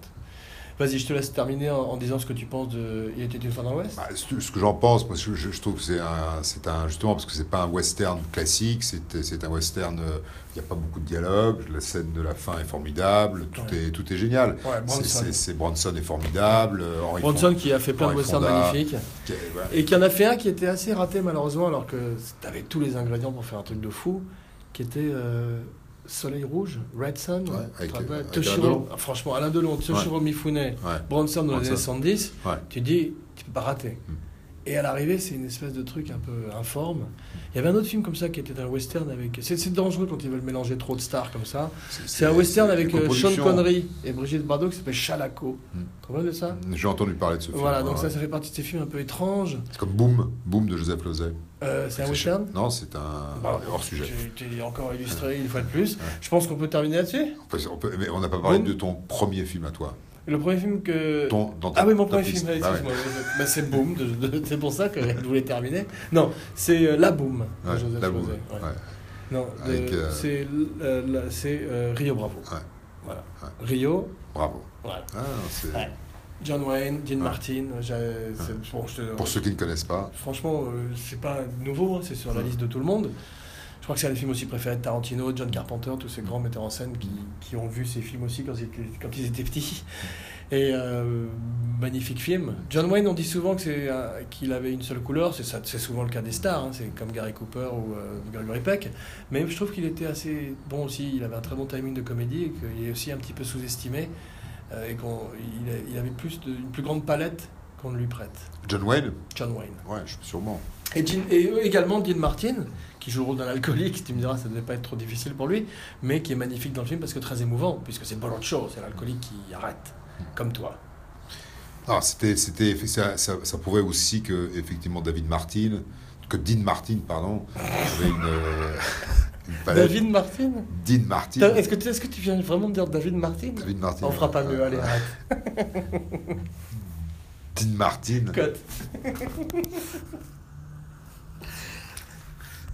S1: Vas-y, je te laisse terminer en, en disant ce que tu penses de Il était une fois dans l'Ouest.
S2: Bah, ce ce que j'en pense, moi, je, je- je trouve que c'est un, c'est un, justement, parce que c'est pas un western classique, c'est c'est un western, euh, il n'y a pas beaucoup de dialogue, la scène de la fin est formidable, tout,
S1: Ouais.
S2: est, tout est génial.
S1: Ouais,
S2: C'est-
S1: Bronson.
S2: C'est c'est- Bronson est formidable, euh, Henry
S1: Bronson qui a fait plein de
S2: Henry
S1: westerns
S2: Fonda.
S1: magnifiques
S2: Fonda, qui est- voilà.
S1: et qui en a fait un qui était assez raté malheureusement alors que t'avais tous les ingrédients pour faire un truc de fou qui était euh, Soleil Rouge, Red Sun,
S2: Ouais,
S1: tu te
S2: avec-
S1: rappelles
S2: avec
S1: Toshiro,
S2: Alain Delon.
S1: ah, franchement Alain Delon, Toshiro Mifune,
S2: Ouais.
S1: Bronson dans les
S2: Bronson.
S1: années 70,
S2: Ouais.
S1: tu dis tu peux pas rater.
S2: Mm.
S1: Et à l'arrivée, c'est une espèce de truc un peu informe. Il y avait un autre film comme ça qui était un western avec. C'est c'est dangereux quand ils veulent mélanger trop de stars comme ça. C'est un western
S2: c'est-
S1: avec
S2: c'est
S1: euh, Sean
S2: coproduction.
S1: Connery et Brigitte Bardot qui s'appelle Chalaco.
S2: Mm.
S1: Tu te rappelles de ça
S2: J'ai entendu parler de ce film.
S1: Voilà, donc
S2: ouais.
S1: ça, ça fait partie de ces films un peu étranges.
S2: C'est comme Boom, Boom de Joseph Lozay.
S1: Euh, c'est un
S2: C'est-
S1: western
S2: Non, c'est un
S1: Bah,
S2: hors sujet.
S1: Tu, tu es encore illustré une fois de plus. Je pense qu'on peut terminer là-dessus.
S2: On peut- on peut- mais on n'a pas parlé
S1: Boom.
S2: de ton premier film à toi.
S1: Le premier film que.
S2: Ton, dans ta-
S1: Ah oui, mon
S2: ta
S1: premier
S2: liste.
S1: film, allez,
S2: Bah ouais.
S1: excuse-moi. Bah, c'est Boom, de- de- c'est pour ça que je voulais terminer. Non, c'est euh, La Boom de
S2: Ouais,
S1: Joseph
S2: la Boom,
S1: Lozay.
S2: ouais.
S1: Ouais. Non, de-
S2: Avec, euh,
S1: c'est l- euh, la- c'est, euh, Rio Bravo.
S2: Ouais.
S1: Voilà.
S2: Ouais.
S1: Rio,
S2: Bravo.
S1: voilà.
S2: Ah, c'est-
S1: Ouais. John Wayne, Dean
S2: Ouais.
S1: Martin. j'ai- c'est- bon, je te-
S2: Pour ceux qui ne connaissent pas,
S1: Franchement, euh, c'est pas nouveau, hein, c'est sur la liste de tout le monde. Je crois que c'est un des films aussi préférés de Tarantino, John Carpenter, tous ces grands metteurs en scène qui, qui ont vu ces films aussi quand ils étaient, quand ils étaient petits. Et euh, magnifique film. John Wayne, on dit souvent que c'est, euh, qu'il avait une seule couleur, c'est, ça, c'est souvent le cas des stars, hein, c'est comme Gary Cooper ou euh, Gregory Peck. Mais je trouve qu'il était assez bon aussi, il avait un très bon timing de comédie et qu'il est aussi un petit peu sous-estimé. euh, et qu'il avait plus de- une plus grande palette qu'on ne lui prête.
S2: John Wayne
S1: John Wayne.
S2: Ouais, je- sûrement.
S1: Et, Jean- et également Dean Martin, qui joue le rôle d'un alcoolique, tu me diras, ça devait pas être trop difficile pour lui, mais qui est magnifique dans le film parce que très émouvant, puisque c'est Show, c'est l'alcoolique qui arrête, comme toi.
S2: Ah, c'était, c'était, ça, ça, ça prouvait aussi que effectivement David Martin, que Dean Martin, pardon, avait une, euh, une palette.
S1: David Martin
S2: Dean Martin.
S1: T'as- Est-ce que, tu- est-ce que tu viens vraiment de dire David Martin
S2: David Martin.
S1: On fera pas
S2: euh,
S1: mieux, allez,
S2: euh,
S1: arrête.
S2: Dean Martin.
S1: Cote.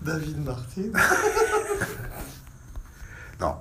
S1: David Martin
S2: Non,